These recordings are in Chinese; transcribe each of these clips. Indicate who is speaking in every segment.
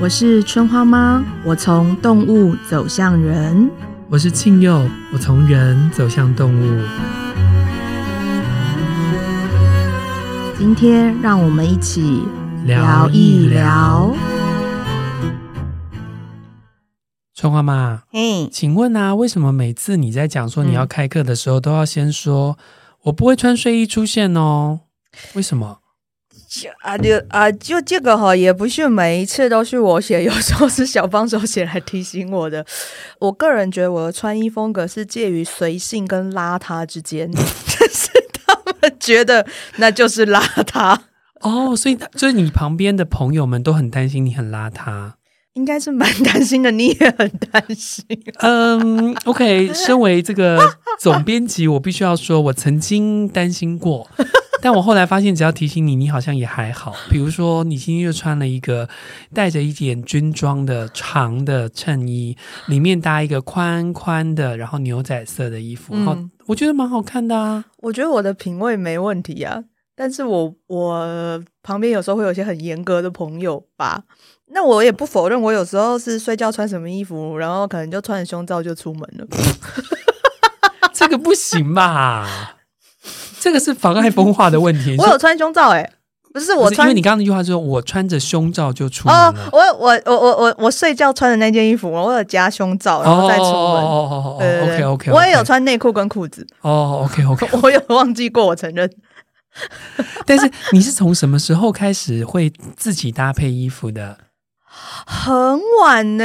Speaker 1: 我是春花妈，我从动物走向人。
Speaker 2: 我是庆佑，我从人走向动物。
Speaker 1: 今天让我们一起
Speaker 2: 聊一聊。春花妈，
Speaker 3: 嗯
Speaker 1: 嘿，
Speaker 2: 请问啊，为什么每次你在讲说你要开课的时候，都要先说“我不会穿睡衣出现哦”？为什么？
Speaker 3: 啊，就啊，就这个哈，也不是每一次都是我写，有时候是小帮手写来提醒我的。我个人觉得我的穿衣风格是介于随性跟邋遢之间，但是他们觉得那就是邋遢，
Speaker 2: 哦，所以就是你旁边的朋友们都很担心你很邋遢。
Speaker 3: 应该是蛮担心的，你也很担心。
Speaker 2: 嗯，OK，身为这个总编辑，我必须要说，我曾经担 心过，但我后来发现，只要提醒你，你好像也还好。比如说，你今天就穿了一个带着一点军装的长的衬衣，里面搭一个宽宽的，然后牛仔色的衣服，然后
Speaker 3: 嗯
Speaker 2: 我觉得蛮好看的啊。
Speaker 3: 我觉得我的品味没问题啊，但是我我旁边有时候会有一些很严格的朋友吧。那我也不否认，我有时候是睡觉穿什么衣服，然后可能就穿着胸罩就出门了。
Speaker 2: 这个不 行吧？这个是妨碍风化的问题。
Speaker 3: 我有穿胸罩哎、不是我
Speaker 2: 不是因
Speaker 3: 穿
Speaker 2: 为你刚刚那句话说，我穿着胸罩就出门
Speaker 3: 哦
Speaker 2: 了，。
Speaker 3: 我我我我我我睡觉穿的那件衣服，我有加胸罩，然后再出门。
Speaker 2: 哦哦哦哦
Speaker 3: 对对
Speaker 2: ，OK
Speaker 3: 对
Speaker 2: OK，
Speaker 3: 我也有穿内裤跟裤子，
Speaker 2: 哦，OK OK。
Speaker 3: 我有忘记过，我承认。
Speaker 2: 但是你是从什么时候开始会自己搭配衣服的？
Speaker 3: 很晚呢、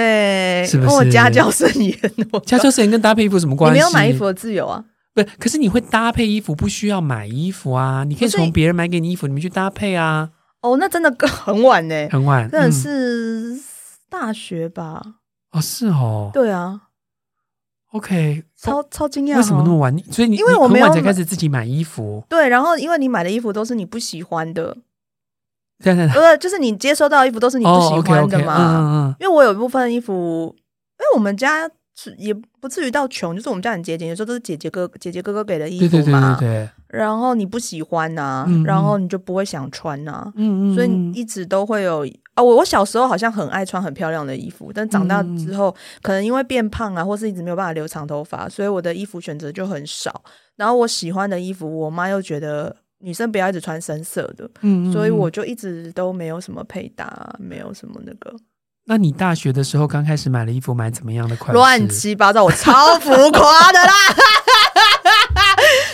Speaker 2: 是不
Speaker 3: 因为我
Speaker 2: 是
Speaker 3: 家教甚严，我
Speaker 2: 家教时间跟搭配衣服有什么关
Speaker 3: 你
Speaker 2: 系？
Speaker 3: 没有买衣服？的自由啊。
Speaker 2: 不，可是你会搭配衣服，不需要买衣服啊，你可以
Speaker 3: 不是
Speaker 2: 从别人买给你衣服，你们去搭配啊。
Speaker 3: 哦，那真的更 很晚呢、
Speaker 2: 很晚，
Speaker 3: 真的
Speaker 2: 嗯、
Speaker 3: 是大学吧？
Speaker 2: 哦，是哦。
Speaker 3: 对啊，
Speaker 2: OK，
Speaker 3: 超超惊讶、哦。
Speaker 2: 为什么那么晚？所以你
Speaker 3: 因为
Speaker 2: 你
Speaker 3: 我没
Speaker 2: 很
Speaker 3: 有
Speaker 2: 晚才
Speaker 3: 买
Speaker 2: 开始自己买衣服，
Speaker 3: 对，然后因为你买的衣服都是你不喜欢的，
Speaker 2: 对对对，
Speaker 3: 呃，就是你接收到的衣服 都是你不
Speaker 2: 哦
Speaker 3: 喜
Speaker 2: ，OK
Speaker 3: 欢的
Speaker 2: OK，嗯
Speaker 3: 嘛。
Speaker 2: 嗯
Speaker 3: 因为我有一部分衣服，因为我们家是也不至于到穷，就是我们家很节俭，有时候都是姐姐哥姐姐哥哥给的
Speaker 2: 嗯，
Speaker 3: 衣
Speaker 2: 对
Speaker 3: 服
Speaker 2: 对对
Speaker 3: 嘛。
Speaker 2: 对对，
Speaker 3: 然后你不喜欢呐、
Speaker 2: 嗯嗯
Speaker 3: 然后你就不会想穿呐、
Speaker 2: 嗯嗯，
Speaker 3: 所以
Speaker 2: 嗯
Speaker 3: 你一直都会有啊。我我小时候好像很爱穿很漂亮的衣服，但长大
Speaker 2: 嗯
Speaker 3: 之后、可能因为变胖啊，或是一直没有办法留长头发，所以我的衣服选择就很少。然后我喜欢的衣服，我妈又觉得女生不要一直穿深色的，
Speaker 2: 嗯嗯
Speaker 3: 所以
Speaker 2: 嗯
Speaker 3: 我就一直都没有什么配搭，啊没有什么那个。
Speaker 2: 那你大学的时候刚开始买了衣服，买怎么样的款式？
Speaker 3: 乱七八糟，我超浮夸的啦！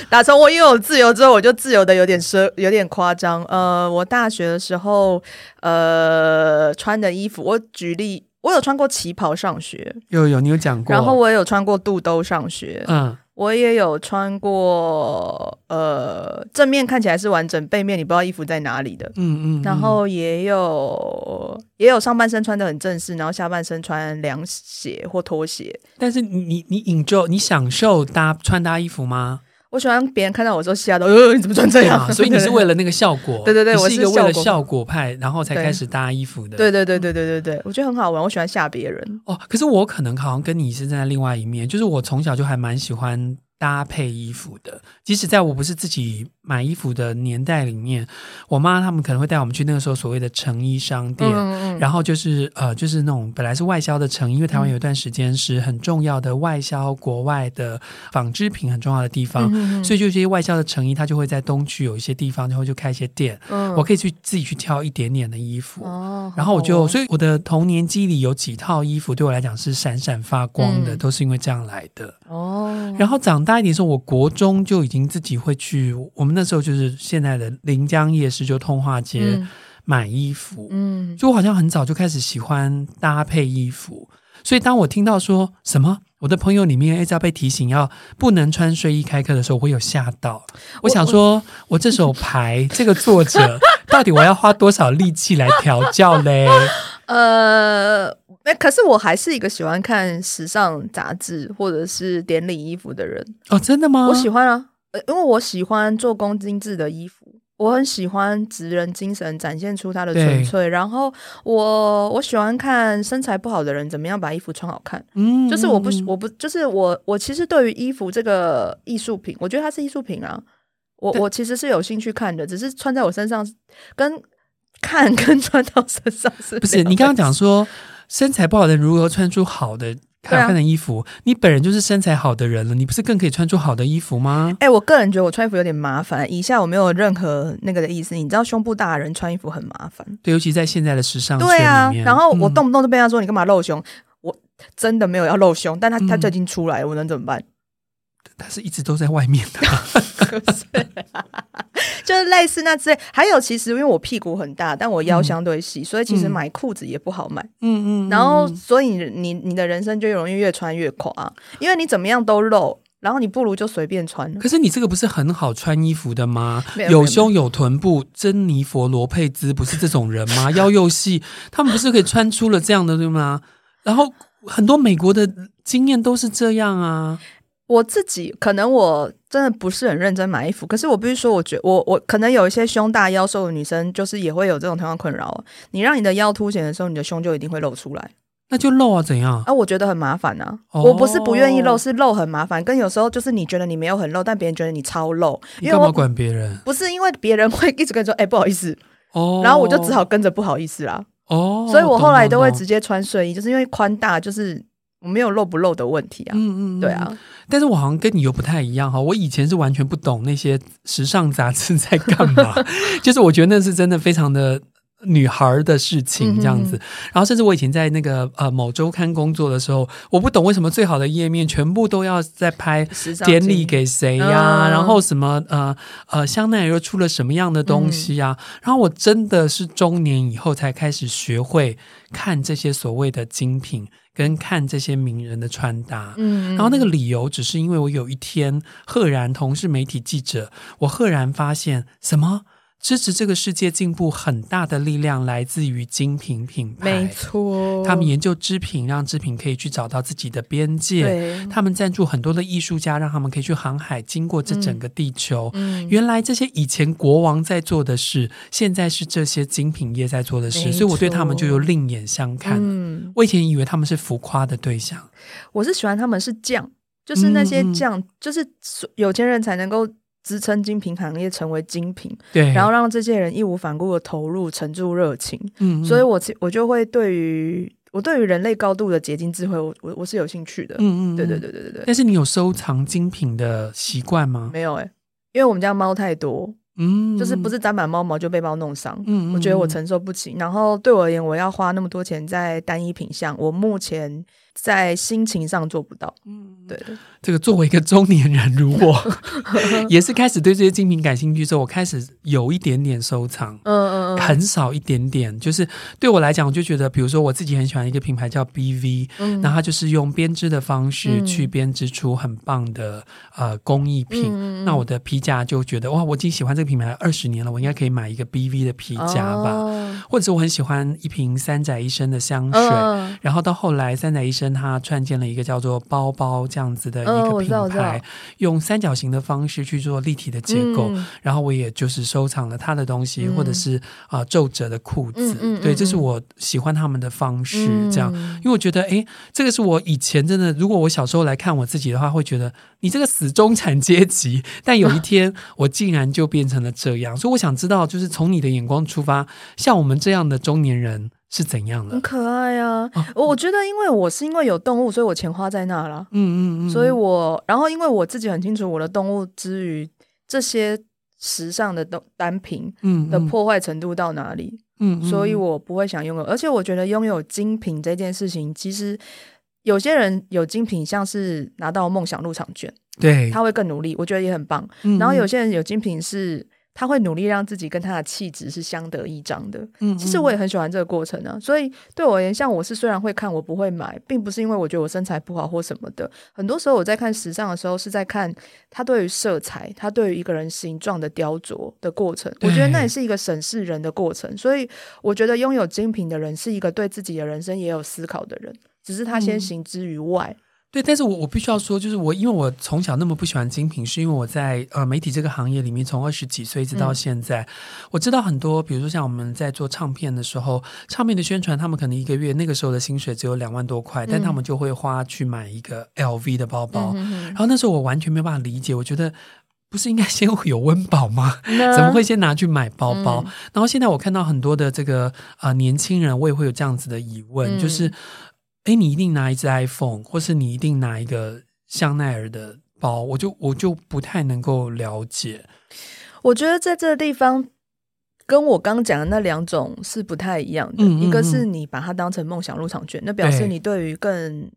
Speaker 3: 打从我拥有自由之后，我就自由的有点奢，有点夸张。呃，我大学的时候，呃，穿的衣服，我举例，我有穿过旗袍上学，
Speaker 2: 有有，你有讲过。
Speaker 3: 然后我也有穿过肚兜上学，
Speaker 2: 嗯，
Speaker 3: 我也有穿过，呃，正面看起来是完整，背面你不知道衣服在哪里的。
Speaker 2: 嗯嗯嗯，
Speaker 3: 然后也有也有上半身穿的很正式，然后下半身穿凉鞋或拖鞋，
Speaker 2: 但是你你你 enjoy 你享受搭穿搭衣服吗？
Speaker 3: 我喜欢别人看到我的时候吓到，呃，你怎么穿这样
Speaker 2: 嘛，？啊所以你是为
Speaker 3: 了
Speaker 2: 了那个效果，
Speaker 3: 对对对
Speaker 2: 你
Speaker 3: 我
Speaker 2: 是一
Speaker 3: 是
Speaker 2: 个为了
Speaker 3: 效果
Speaker 2: 效果派，然后才
Speaker 3: 对
Speaker 2: 开始搭衣服的。
Speaker 3: 对对对对对对对，我觉得很好玩，我喜欢吓别人。
Speaker 2: 哦，可是我可能好像跟你是站在另外一面，就是我从小就还蛮喜欢搭配衣服的，即使在我不是自己买衣服的年代里面，我妈他们可能会带我们去那个时候所谓的成衣商店，
Speaker 3: 嗯
Speaker 2: 然后就是呃，就是那种本来是外销的成衣，因为台湾有一段时间是很重要的外销国外的纺织品很重要的地
Speaker 3: 嗯
Speaker 2: 方，嗯所以就有一些外销的成衣，它就会在东区有一些地方，就会就开一些店，
Speaker 3: 嗯
Speaker 2: 我可以去自己去挑一点点的衣服。
Speaker 3: 哦
Speaker 2: 然后我就，所
Speaker 3: 以
Speaker 2: 以我的童年记忆里有几套衣服对我来讲是闪闪发光的，
Speaker 3: 嗯
Speaker 2: 都是因为这样来的。
Speaker 3: 哦，
Speaker 2: 然后长大一点的时候，我国中就已经自己会去，我们那时候就是现在的临江夜市，就通化街
Speaker 3: 嗯
Speaker 2: 买衣服。
Speaker 3: 嗯
Speaker 2: 就我好像很早就开始喜欢搭配衣服，所以当我听到说什么我的朋友里面一直要被提醒要不能穿睡衣开课的时候，我有吓到。我想说，我这首牌这个作 者到底我要花多少力气来调教嘞？
Speaker 3: 呃，哎，可是我还是一个喜欢看时尚杂志或者是典礼衣服的人，
Speaker 2: 哦，真的吗？
Speaker 3: 我喜欢啊，呃因为我喜欢做工精致的衣服，我很喜欢职人精神展现出他的
Speaker 2: 对
Speaker 3: 纯粹。然后我我喜欢看身材不好的人怎么样把衣服穿好看，
Speaker 2: 嗯，嗯
Speaker 3: 就是我不喜
Speaker 2: 嗯
Speaker 3: 我不就是我我其实对于衣服这个艺术品，我觉得它是艺术品啊，我
Speaker 2: 对
Speaker 3: 我其实是有兴趣看的，只是穿在我身上跟。看跟穿到身上是
Speaker 2: 不是，
Speaker 3: 两
Speaker 2: 你刚刚
Speaker 3: 回
Speaker 2: 讲
Speaker 3: 事
Speaker 2: 说身材不好的人如何穿出好的好
Speaker 3: 对啊
Speaker 2: 看的衣服，你本人就是身材好的人了，你不是更可以穿出好的衣服吗？
Speaker 3: 哎、我个人觉得我穿衣服有点麻烦。以下我没有任何那个的意思，你知道胸部大的人穿衣服很麻烦，
Speaker 2: 对，尤其在现在的时尚圈
Speaker 3: 对啊
Speaker 2: 里。面
Speaker 3: 然后我
Speaker 2: 嗯
Speaker 3: 动不动就被他说你干嘛露胸，我真的没有要露胸，但他他
Speaker 2: 嗯
Speaker 3: 就已经出来了，我能怎么办？
Speaker 2: 他是一直都在外面的，
Speaker 3: 就是类似那之类。还有，其实因为我屁股很大，但我腰
Speaker 2: 嗯
Speaker 3: 相对细，所以其实
Speaker 2: 嗯
Speaker 3: 买裤子也不好买。
Speaker 2: 嗯嗯，
Speaker 3: 然后，
Speaker 2: 嗯
Speaker 3: 所以你你你的人生就容易越穿越垮，因为你怎么样都露，然后你不如就随便穿了。
Speaker 2: 可是你这个不是很好穿衣服的吗
Speaker 3: 没？有没有
Speaker 2: 有胸有臀部，珍妮佛罗佩兹不是这种人吗？ 腰又细，他们不是可以穿出了这样的对吗？然后很多美国的经验都是这样啊，
Speaker 3: 我自己可能我真的不是很认真买衣服，可是我必须说，我觉我我可能有一些胸大腰瘦的女生，就是也会有这种同样困扰哦。你让你的腰凸显的时候，你的胸就一定会露出来，
Speaker 2: 那就露啊，怎样？
Speaker 3: 啊，我觉得很麻烦啊。
Speaker 2: 哦
Speaker 3: 我不是不愿意露，是露很麻烦，跟有时候就是你觉得你没有很露，但别人觉得你超露，
Speaker 2: 你
Speaker 3: 因为
Speaker 2: 干嘛
Speaker 3: 我
Speaker 2: 管别人？
Speaker 3: 不是因为别人会一直跟你说，哎、不好意思，
Speaker 2: 哦，
Speaker 3: 然后我就只好跟着不好意思啦。
Speaker 2: 哦，
Speaker 3: 所以我后来都会
Speaker 2: 懂
Speaker 3: 直接穿睡衣，就是因为宽大，就是我没有露不露的问题啊。
Speaker 2: 懂嗯嗯，嗯
Speaker 3: 对。啊，
Speaker 2: 但是我好像跟你又不太一样哈，我以前是完全不懂那些时尚杂志在干嘛， 就是我觉得那是真的非常的。女孩儿的事情
Speaker 3: 嗯
Speaker 2: 这样子，然后甚至我以前在那个呃某周刊工作的时候，我不懂为什么最好的页面全部都要在拍
Speaker 3: 时尚
Speaker 2: 典
Speaker 3: 经
Speaker 2: 礼
Speaker 3: 验
Speaker 2: 给谁呀、
Speaker 3: 嗯
Speaker 2: 然后什么呃呃香奈儿又出了什么样的东西呀、
Speaker 3: 嗯
Speaker 2: 然后我真的是中年以后才开始学会看这些所谓的精品，跟看这些名人的穿搭。
Speaker 3: 嗯
Speaker 2: 然后那个理由只是因为我有一天赫然同是媒体记者，我赫然发现什么支持这个世界进步很大的力量来自于精品品牌，
Speaker 3: 没错，
Speaker 2: 哎他们研究织品，让织品可以去找到自己的边界。
Speaker 3: 对，
Speaker 2: 他们赞助很多的艺术家，让他们可以去航海，经过这整个地球。
Speaker 3: 嗯
Speaker 2: 原来这些以前国王在做的事，现在是这些精品业在做的
Speaker 3: 没
Speaker 2: 事，所以我对他们就
Speaker 3: 错
Speaker 2: 有另眼相看。
Speaker 3: 嗯，
Speaker 2: 我以前以为他们是浮夸的对象，
Speaker 3: 我是喜欢他们是酱，就是那些
Speaker 2: 嗯嗯
Speaker 3: 酱，就是有钱人才能够支撑精品行业成为精品，
Speaker 2: 对，
Speaker 3: 然后让这些人义无反顾的投入、沉住热情。
Speaker 2: 嗯，嗯
Speaker 3: 所以我其我就会对于我对于人类高度的结晶智慧，我我我是有兴趣的。
Speaker 2: 嗯嗯，嗯
Speaker 3: 对对。对对对对，
Speaker 2: 但是你有收藏精品的习惯吗？
Speaker 3: 没有哎、因为我们家猫太多，
Speaker 2: 嗯，
Speaker 3: 就是不是单把猫毛就被猫弄伤。
Speaker 2: 嗯，嗯，
Speaker 3: 我觉得我
Speaker 2: 嗯
Speaker 3: 承受不起，然后对我而言，我要花那么多钱在单一品项，我目前在心情上做不到。
Speaker 2: 嗯
Speaker 3: 对对，
Speaker 2: 这个作为一个中年人，如 我 也是开始对这些精品感兴趣之后，我开始有一点点收藏。
Speaker 3: 嗯嗯嗯，
Speaker 2: 很少一点点，就是对我来讲，我就觉得，比如说我自己很喜欢一个品牌叫 BV，
Speaker 3: 嗯
Speaker 2: 那它就是用编织的方式
Speaker 3: 嗯
Speaker 2: 去编织出很棒的呃工艺品。
Speaker 3: 嗯
Speaker 2: 那我的皮夹就觉得哇，我已经喜欢这个品牌二十年了，我应该可以买一个 BV 的皮夹吧。
Speaker 3: 哦
Speaker 2: 或者是我很喜欢一瓶三宅一生的香水。
Speaker 3: 嗯
Speaker 2: 然后到后来，三宅一生他创建了一个叫做“包包”这样子的一
Speaker 3: 嗯
Speaker 2: 个
Speaker 3: 我
Speaker 2: 品
Speaker 3: 知道我知道
Speaker 2: 牌，用三角形的方式去做立体的结构。
Speaker 3: 嗯
Speaker 2: 然后我也就是收藏了他的东西，
Speaker 3: 嗯
Speaker 2: 或者是啊、呃皱褶的裤子，
Speaker 3: 嗯嗯嗯
Speaker 2: 对，这是
Speaker 3: 嗯
Speaker 2: 我喜欢他们的方式。
Speaker 3: 嗯
Speaker 2: 这样，因为我觉得，诶，这个是我以前真的，如果我小时候来看我自己的话，会觉得你这个死中产阶级。但有一天，我竟然就变成了这样，所以我想知道，就是从你的眼光出发，像我们这样的中年人是怎样的哦嗯
Speaker 3: 很？可爱啊！我我觉得，因为我是因为有动物，所以我钱花在那啦。
Speaker 2: 嗯嗯嗯，
Speaker 3: 所以我，然后因为我自己很清楚我的动物之于这些时尚的东单品
Speaker 2: 嗯
Speaker 3: 的，破坏程度到哪里，
Speaker 2: 嗯嗯嗯
Speaker 3: 所以我不会想拥有。而且我觉得拥有精品这件事情，其实有些人有精品，像是拿到梦想入场券，
Speaker 2: 对，
Speaker 3: 他会更努力，我觉得也很棒。
Speaker 2: 嗯
Speaker 3: 然后有些人有精品是。他会努力让自己跟他的气质是相得益彰的，
Speaker 2: 嗯嗯
Speaker 3: 其实我也很喜欢这个过程啊，所以对我而言，像我是虽然会看，我不会买，并不是因为我觉得我身材不好或什么的。很多时候我在看时尚的时候，是在看他对于色彩，他对于一个人形状的雕琢的过程。我觉得那也是一个审视人的过程。所以我觉得拥有精品的人是一个对自己的人生也有思考的人，只是他
Speaker 2: 嗯
Speaker 3: 先行之于外。
Speaker 2: 对，但是我我必须要说，就是我因为我从小那么不喜欢精品，是因为我在呃媒体这个行业里面，从二十几岁一直到
Speaker 3: 嗯
Speaker 2: 现在，我知道很多，比如说像我们在做唱片的时候，唱片的宣传，他们可能一个月那个时候的薪水只有两万多块，但他
Speaker 3: 嗯
Speaker 2: 们就会花去买一个 LV 的包包。
Speaker 3: 嗯哼哼
Speaker 2: 然后那时候我完全没有办法理解，我觉得。不是应该先有温饱吗？
Speaker 3: 怎
Speaker 2: 怎么会先拿去买包包？
Speaker 3: 嗯
Speaker 2: 然后现在我看到很多的这个啊、呃年轻人，我也会有这样子的疑问，
Speaker 3: 嗯
Speaker 2: 就是，哎，你一定拿一只 iPhone，或是你一定拿一个香奈儿的包，我就我就不太能够了解。
Speaker 3: 我觉得在这个地方，跟我刚讲的那两种是不太一样的。
Speaker 2: 嗯嗯
Speaker 3: 一个是你把它当成梦想入场券，那表示
Speaker 2: 对
Speaker 3: 你对于更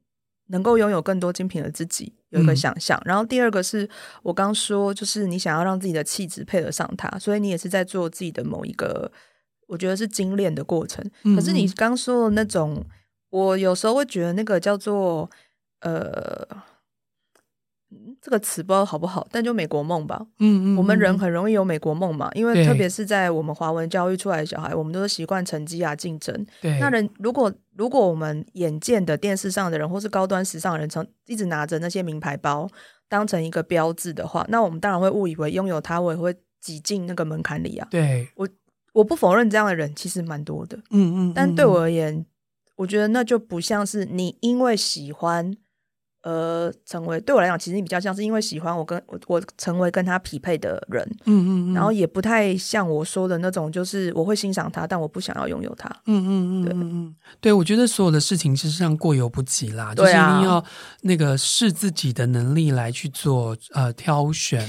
Speaker 3: 能够拥有更多精品的自己有
Speaker 2: 嗯
Speaker 3: 一个想象。然后第二个是我刚说，就是你想要让自己的气质配得上它，所以你也是在做自己的某一个，我觉得是精炼的过程。
Speaker 2: 嗯
Speaker 3: 可是你刚说的那种，我有时候会觉得那个叫做呃。嗯这个词不知道好不好，但就美国梦吧，
Speaker 2: 嗯
Speaker 3: 我们人很容易有美国梦嘛，因为
Speaker 2: 对
Speaker 3: 特别是在我们华文教育出来的小孩，我们都是习惯成绩啊、竞争。
Speaker 2: 嗯对
Speaker 3: 那人如果如果我们眼见的电视上的人或是高端时尚的人，成一直拿着那些名牌包当成一个标志的话，那我们当然会误以为拥有它，我也会挤进那个门槛里啊。
Speaker 2: 对，
Speaker 3: 我不否认这样的人其实蛮多的，
Speaker 2: 嗯嗯，
Speaker 3: 但对
Speaker 2: 嗯
Speaker 3: 我而言，我觉得那就不像是你因为喜欢而成为。对我来讲，其实你比较像是因为喜欢我跟我我成为跟他匹配的人。
Speaker 2: 嗯嗯嗯，
Speaker 3: 然后也不太像我说的那种，就是我会欣赏它，但我不想要拥有它。
Speaker 2: 嗯嗯嗯
Speaker 3: 对
Speaker 2: 嗯嗯，对，我觉得所有的事情事实上过犹不及啦，就是一
Speaker 3: 对啊
Speaker 2: 定要那个视自己的能力来去做呃挑选。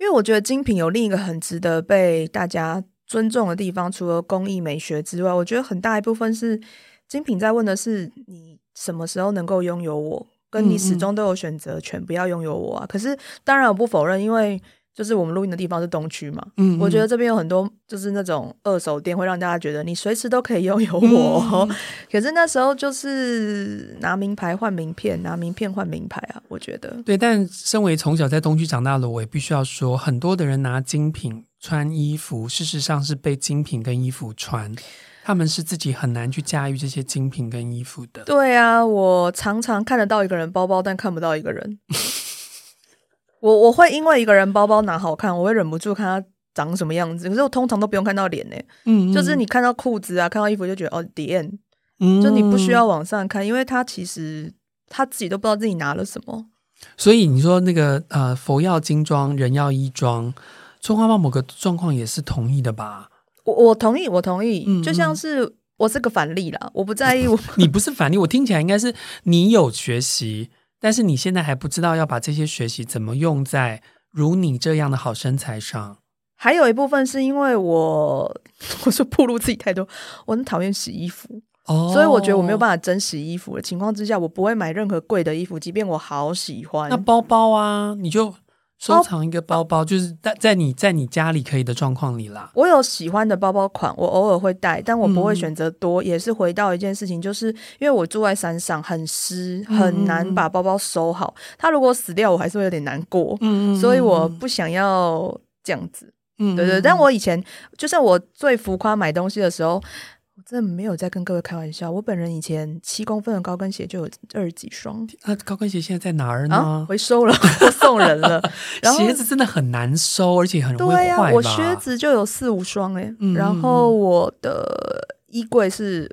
Speaker 3: 因为我觉得精品有另一个很值得被大家尊重的地方，除了工艺美学之外，我觉得很大一部分是精品在问的是你什么时候能够拥有我，跟
Speaker 2: 嗯
Speaker 3: 你
Speaker 2: 嗯
Speaker 3: 始终都有选择权，不要拥有我啊。可是当然我不否认，因为就是我们录音的地方是东区嘛。
Speaker 2: 嗯，
Speaker 3: 我觉
Speaker 2: 嗯
Speaker 3: 得这边有很多就是那种二手店，会让大家觉得你随时都可以拥有我。
Speaker 2: 嗯
Speaker 3: 可是那时候就是拿名牌换名片，拿名片换名牌啊，我觉得。
Speaker 2: 对，但身为从小在东区长大的我，也必须要说，很多的人拿精品穿衣服，事实上是被精品跟衣服穿，他们是自己很难去驾驭这些精品跟衣服的。
Speaker 3: 对啊，我常常看得到一个人包包，但看不到一个 人。我我会因为一个人包包哪好看，我会忍不住看他长什么样子。可是我通常都不用看到脸呢、欸
Speaker 2: 嗯
Speaker 3: 就是你看到裤子啊，看到衣服就觉得哦，the end，
Speaker 2: 嗯
Speaker 3: 就你不需要。往上看，因为他其实他自己都不知道自己拿了什么。
Speaker 2: 所以你说那个呃，佛要金装，人要衣装，春花妈某个状况也是同意的吧？
Speaker 3: 我我同意，我同意，
Speaker 2: 嗯
Speaker 3: 就
Speaker 2: 嗯
Speaker 3: 像是我是个反例啦，我不在意 我。
Speaker 2: 你不是反例，我听起来应该是你有学习，但是你现在还不知道要把这些学习怎么用在如你这样的好身材上。
Speaker 3: 还有一部分是因为我，我说暴露自己太多，我很讨厌洗衣服，
Speaker 2: 哦，
Speaker 3: 所以我觉得我没有办法珍惜衣服的情况之下，我不会买任何贵的衣服，即便我好喜欢
Speaker 2: 那。包包啊，你就收藏一个包啊包，就是在在你在你家里可以的状况里啦。
Speaker 3: 我有喜欢的包包款，我偶尔会带，但我不会
Speaker 2: 嗯
Speaker 3: 选择多。也是回到一件事情，就是因为我住在山上，很湿，
Speaker 2: 嗯
Speaker 3: 很
Speaker 2: 嗯嗯
Speaker 3: 难把包包收好。它如果死掉，我还是会有点难过，
Speaker 2: 嗯
Speaker 3: 所以我不想要这样子。
Speaker 2: 嗯
Speaker 3: 对对，但我以前就像我最浮夸买东西的时候，我真的没有在跟各位开玩笑。我本人以前七公分的高跟鞋就有二十几双
Speaker 2: 那高跟鞋现在在哪儿
Speaker 3: 啊，
Speaker 2: 呢？
Speaker 3: 回收了， 我送人 了。然后
Speaker 2: 鞋子真的很难收，而且很容易
Speaker 3: 对呀、
Speaker 2: 坏吧？
Speaker 3: 我靴子就有四五双哎、
Speaker 2: 嗯
Speaker 3: 然后我的衣柜是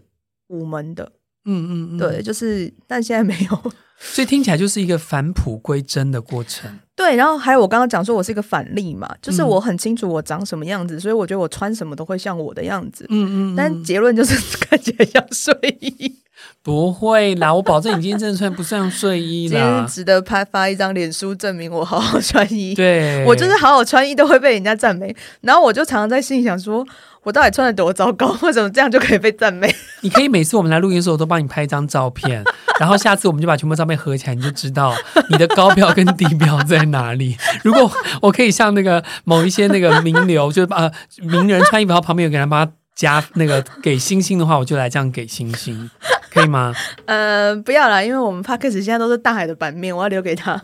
Speaker 3: 五门的，
Speaker 2: 嗯，嗯嗯，
Speaker 3: 对，。就是但现在没有。
Speaker 2: 所以听起来就是一个返璞归真的过程。
Speaker 3: 对，然后还有我刚刚讲说我是一个反例嘛，就是
Speaker 2: 嗯
Speaker 3: 我很清楚我长什么样子，所以我觉得我穿什么都会像我的样子。
Speaker 2: 嗯
Speaker 3: 但结论就是 看起来像睡衣。
Speaker 2: 不会啦，我保证你今天真的穿不像睡衣
Speaker 3: 今天
Speaker 2: 啦。
Speaker 3: 值得拍发一张脸书证明我好好穿衣。
Speaker 2: 对，
Speaker 3: 我就是好好穿衣都会被人家赞美，然后我就常常在心里想说，我到底穿的多糟糕？ 为什么这样就可以被赞美？
Speaker 2: 你可以每次我们来录音的时候，我都帮你拍一张照片， 然后下次我们就把全部照片合起来，你就知道你的高标跟低标在哪里。 如果我可以像那个某一些那个名流，就是把呃名人穿衣服，然后旁边有个人帮他加那个给星星的话，我就来这样给星星，可 以吗？
Speaker 3: 呃，不要啦，因为我们 p a c k a g e 现在都是大海的版面，我要留给他。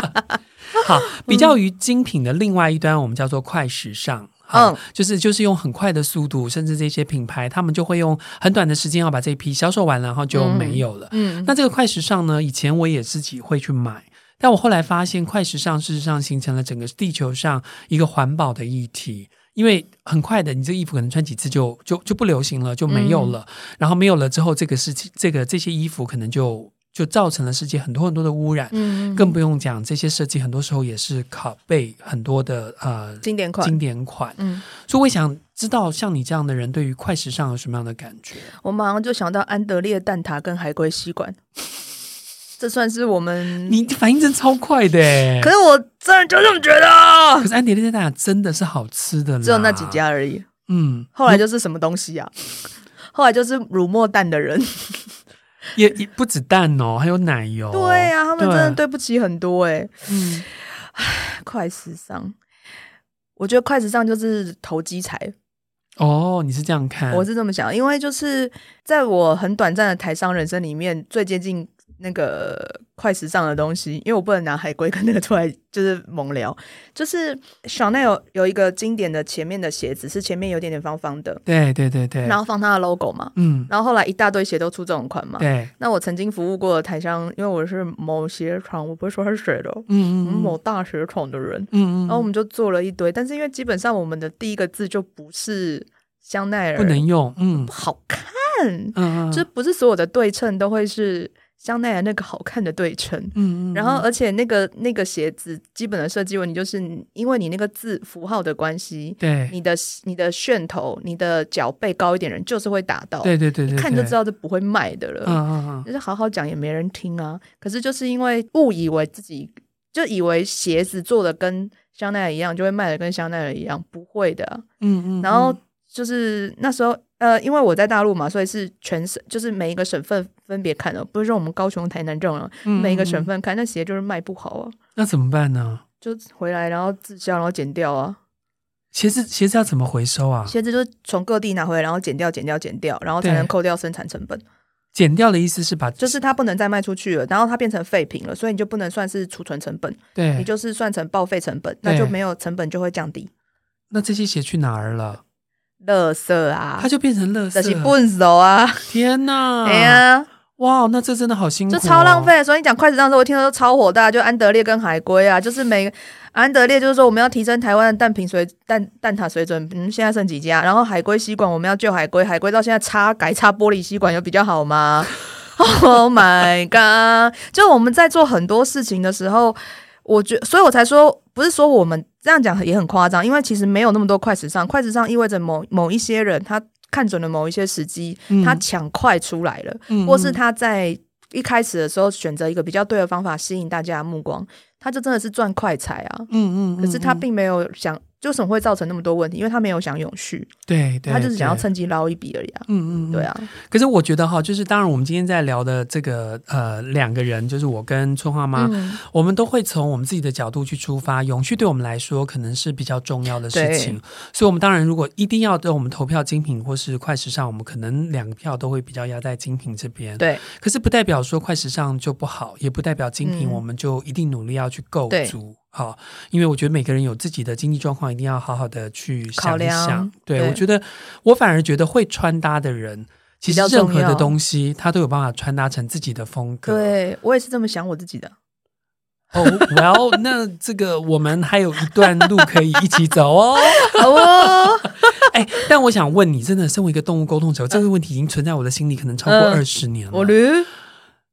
Speaker 2: 好，比较于精品的另外一端，我们叫做快时尚。嗯
Speaker 3: 嗯，
Speaker 2: 就是就是用很快的速度，甚至这些品牌，他们就会用很短的时间要把这一批销售完了，然后就没有了。
Speaker 3: 嗯，
Speaker 2: 那这个快时尚呢，以前我也自己会去买，但我后来发现，快时尚事实上形成了整个地球上一个环保的议题。因为很快的，你这个衣服可能穿几次就
Speaker 3: 嗯
Speaker 2: 就就不流行了，就没有了。然后没有了之后，这个事情，这个这些衣服可能就就造成了世界很多很多的污染。
Speaker 3: 嗯
Speaker 2: 更不用讲，这些设计很多时候也是拷贝很多的呃
Speaker 3: 经典款。
Speaker 2: 经典款，
Speaker 3: 嗯，
Speaker 2: 所以我想知道像你这样的人对于快时尚有什么样的感觉？
Speaker 3: 我马上就想到安德烈蛋挞跟海龟吸管，这算是我们。
Speaker 2: 你反应真超快的欸，
Speaker 3: 嗯可是我真的就这么觉得
Speaker 2: 可
Speaker 3: 啊，
Speaker 2: 是安迪丽蛋挞真的是好吃的啦，
Speaker 3: 只有那几，家而已。
Speaker 2: 嗯，
Speaker 3: 后来就是什么东西啊？ 后来就是乳沫蛋的人。
Speaker 2: 也也不止蛋哦，还有奶油，
Speaker 3: 对啊，他们真的
Speaker 2: 对，
Speaker 3: 对不起很多哎、
Speaker 2: 嗯，
Speaker 3: 快时尚，我觉得快时尚就是投机财，
Speaker 2: 哦，你是这样看，
Speaker 3: 我是这么想，因为就是在我很短暂的台商人生里面，最接近那个快时尚的东西，因为我不能拿海龟跟那个出来就是猛聊，就是 Chanel 有有一个经典的前面的鞋子是前面有点点方方的，
Speaker 2: 对对对对，
Speaker 3: 然后放啊它的 logo 嘛，
Speaker 2: 嗯，
Speaker 3: 然后后来一大堆鞋都出这种款嘛。
Speaker 2: 对，
Speaker 3: 那我曾经服务过的台商，因为我是某鞋厂，我不会说它是谁的哦，
Speaker 2: 嗯嗯
Speaker 3: 某大鞋厂的人，
Speaker 2: 嗯嗯
Speaker 3: 然哦后我们就做了一堆，但是因为基本上我们的第一个字就不是香奈儿，
Speaker 2: 不能用，嗯
Speaker 3: 不好看，
Speaker 2: 嗯嗯，
Speaker 3: 就不是所有的对称都会是香奈儿那个好看的对称。
Speaker 2: 嗯嗯，
Speaker 3: 然后，呃而且那个那个鞋子基本的设计问题，就是因为你那个字符号的关系，
Speaker 2: 对
Speaker 3: 你的你的楦头、你的脚背高一点，人就是会打到，
Speaker 2: 对对对对，
Speaker 3: 一看就
Speaker 2: 对
Speaker 3: 知，道这不会卖的了。
Speaker 2: 嗯嗯嗯，
Speaker 3: 就是好好讲也没人听啊。可是就是因为误以为自己就以为鞋子做的跟香奈儿一样，就会卖的跟香奈儿一样，不会的啊、
Speaker 2: 嗯嗯，
Speaker 3: 然后就是那时候呃，因为我在大陆嘛，所以是全省，就是每一个省份分别看的，不是说我们高雄、台南这种啊，
Speaker 2: 嗯
Speaker 3: 每一个
Speaker 2: 嗯
Speaker 3: 省
Speaker 2: 嗯
Speaker 3: 份看，那鞋就是卖不好啊，
Speaker 2: 那怎么办呢？
Speaker 3: 就回来然后滞销，然后剪掉啊。
Speaker 2: 鞋子鞋子要怎么回收啊？
Speaker 3: 鞋子就是从各地拿回来，然后剪掉、剪掉、剪掉，然后才
Speaker 2: 对
Speaker 3: 能扣掉生产成本。
Speaker 2: 剪掉的意思是把
Speaker 3: 就是它不能再卖出去了，然后它变成废品了，所以你就不能算是储存成本。
Speaker 2: 对，
Speaker 3: 你就是算成报废成本，那就
Speaker 2: 对
Speaker 3: 没有成本就会降低。
Speaker 2: 那这些鞋去哪儿了？
Speaker 3: 垃圾啊，
Speaker 2: 它就嗯变成垃
Speaker 3: 这是
Speaker 2: 圾。
Speaker 3: 笨手啊，
Speaker 2: 天哪！
Speaker 3: 哎，呀，
Speaker 2: 哇，那这真的好辛苦、哦
Speaker 3: 就超浪。费。所以你讲快时尚的时候，我听到都超火大，就安德烈跟海龟啊，就是每安德烈就是说我们要提升台湾的蛋品水蛋蛋挞水准，嗯，现在剩几家？然后海龟吸管我们要救海龟，海龟到现在插改插玻璃吸管有比较好吗 ？Oh my god！就我们在做很多事情的时候，我觉，所以我才说，不是说我们这样讲也很夸张，因为其实没有那么多快时尚，快时尚意味着某某一些人他看准了某一些时机，
Speaker 2: 嗯
Speaker 3: 他抢快出来了，
Speaker 2: 嗯
Speaker 3: 或是他在一开始的时候选择一个比较对的方法吸引大家的目光，他就真的是赚快财啊。
Speaker 2: 嗯嗯嗯，
Speaker 3: 可是他
Speaker 2: 嗯
Speaker 3: 并没有想，就是会造成那么多问题，因为他没有想永续，
Speaker 2: 对对，
Speaker 3: 他就是想要
Speaker 2: 对。
Speaker 3: 趁机捞一笔而已啊。
Speaker 2: 嗯嗯，嗯
Speaker 3: 对。啊，
Speaker 2: 可是我觉得哈，就是当然，我们今天在聊的这个呃两个人，就是我跟春花妈，
Speaker 3: 嗯，
Speaker 2: 我们都会从我们自己的角度去出发，永续对我们来说可能是比较重要的事情，所以，我们当然如果一定要对我们投票精品或是快时尚，我们可能两个票都会比较压在精品这边。
Speaker 3: 对
Speaker 2: 可是不代表说快时尚就不好，也不代表精品
Speaker 3: 嗯
Speaker 2: 我们就一定努力要去构
Speaker 3: 对
Speaker 2: 筑。好，因为我觉得每个人有自己的经济状况，一定要好好的去
Speaker 3: 考
Speaker 2: 想一
Speaker 3: 量
Speaker 2: 想。对
Speaker 3: 对
Speaker 2: 我觉得，我反而觉得会穿搭的人，
Speaker 3: 比
Speaker 2: 其实
Speaker 3: 较
Speaker 2: 任
Speaker 3: 重
Speaker 2: 何的
Speaker 3: 要
Speaker 2: 东西，他都有办法穿搭成自己的风格。
Speaker 3: 对，我也是这么想我自己 的。
Speaker 2: 哦、w e l l 那这个我们还有一段路可以一起 走哦。
Speaker 3: 好哦，
Speaker 2: 哎，但我想问你，真的身为一个动物沟通者，这个问题已经存在我的心里可能超过
Speaker 3: 嗯
Speaker 2: 二十年了。
Speaker 3: 我驴，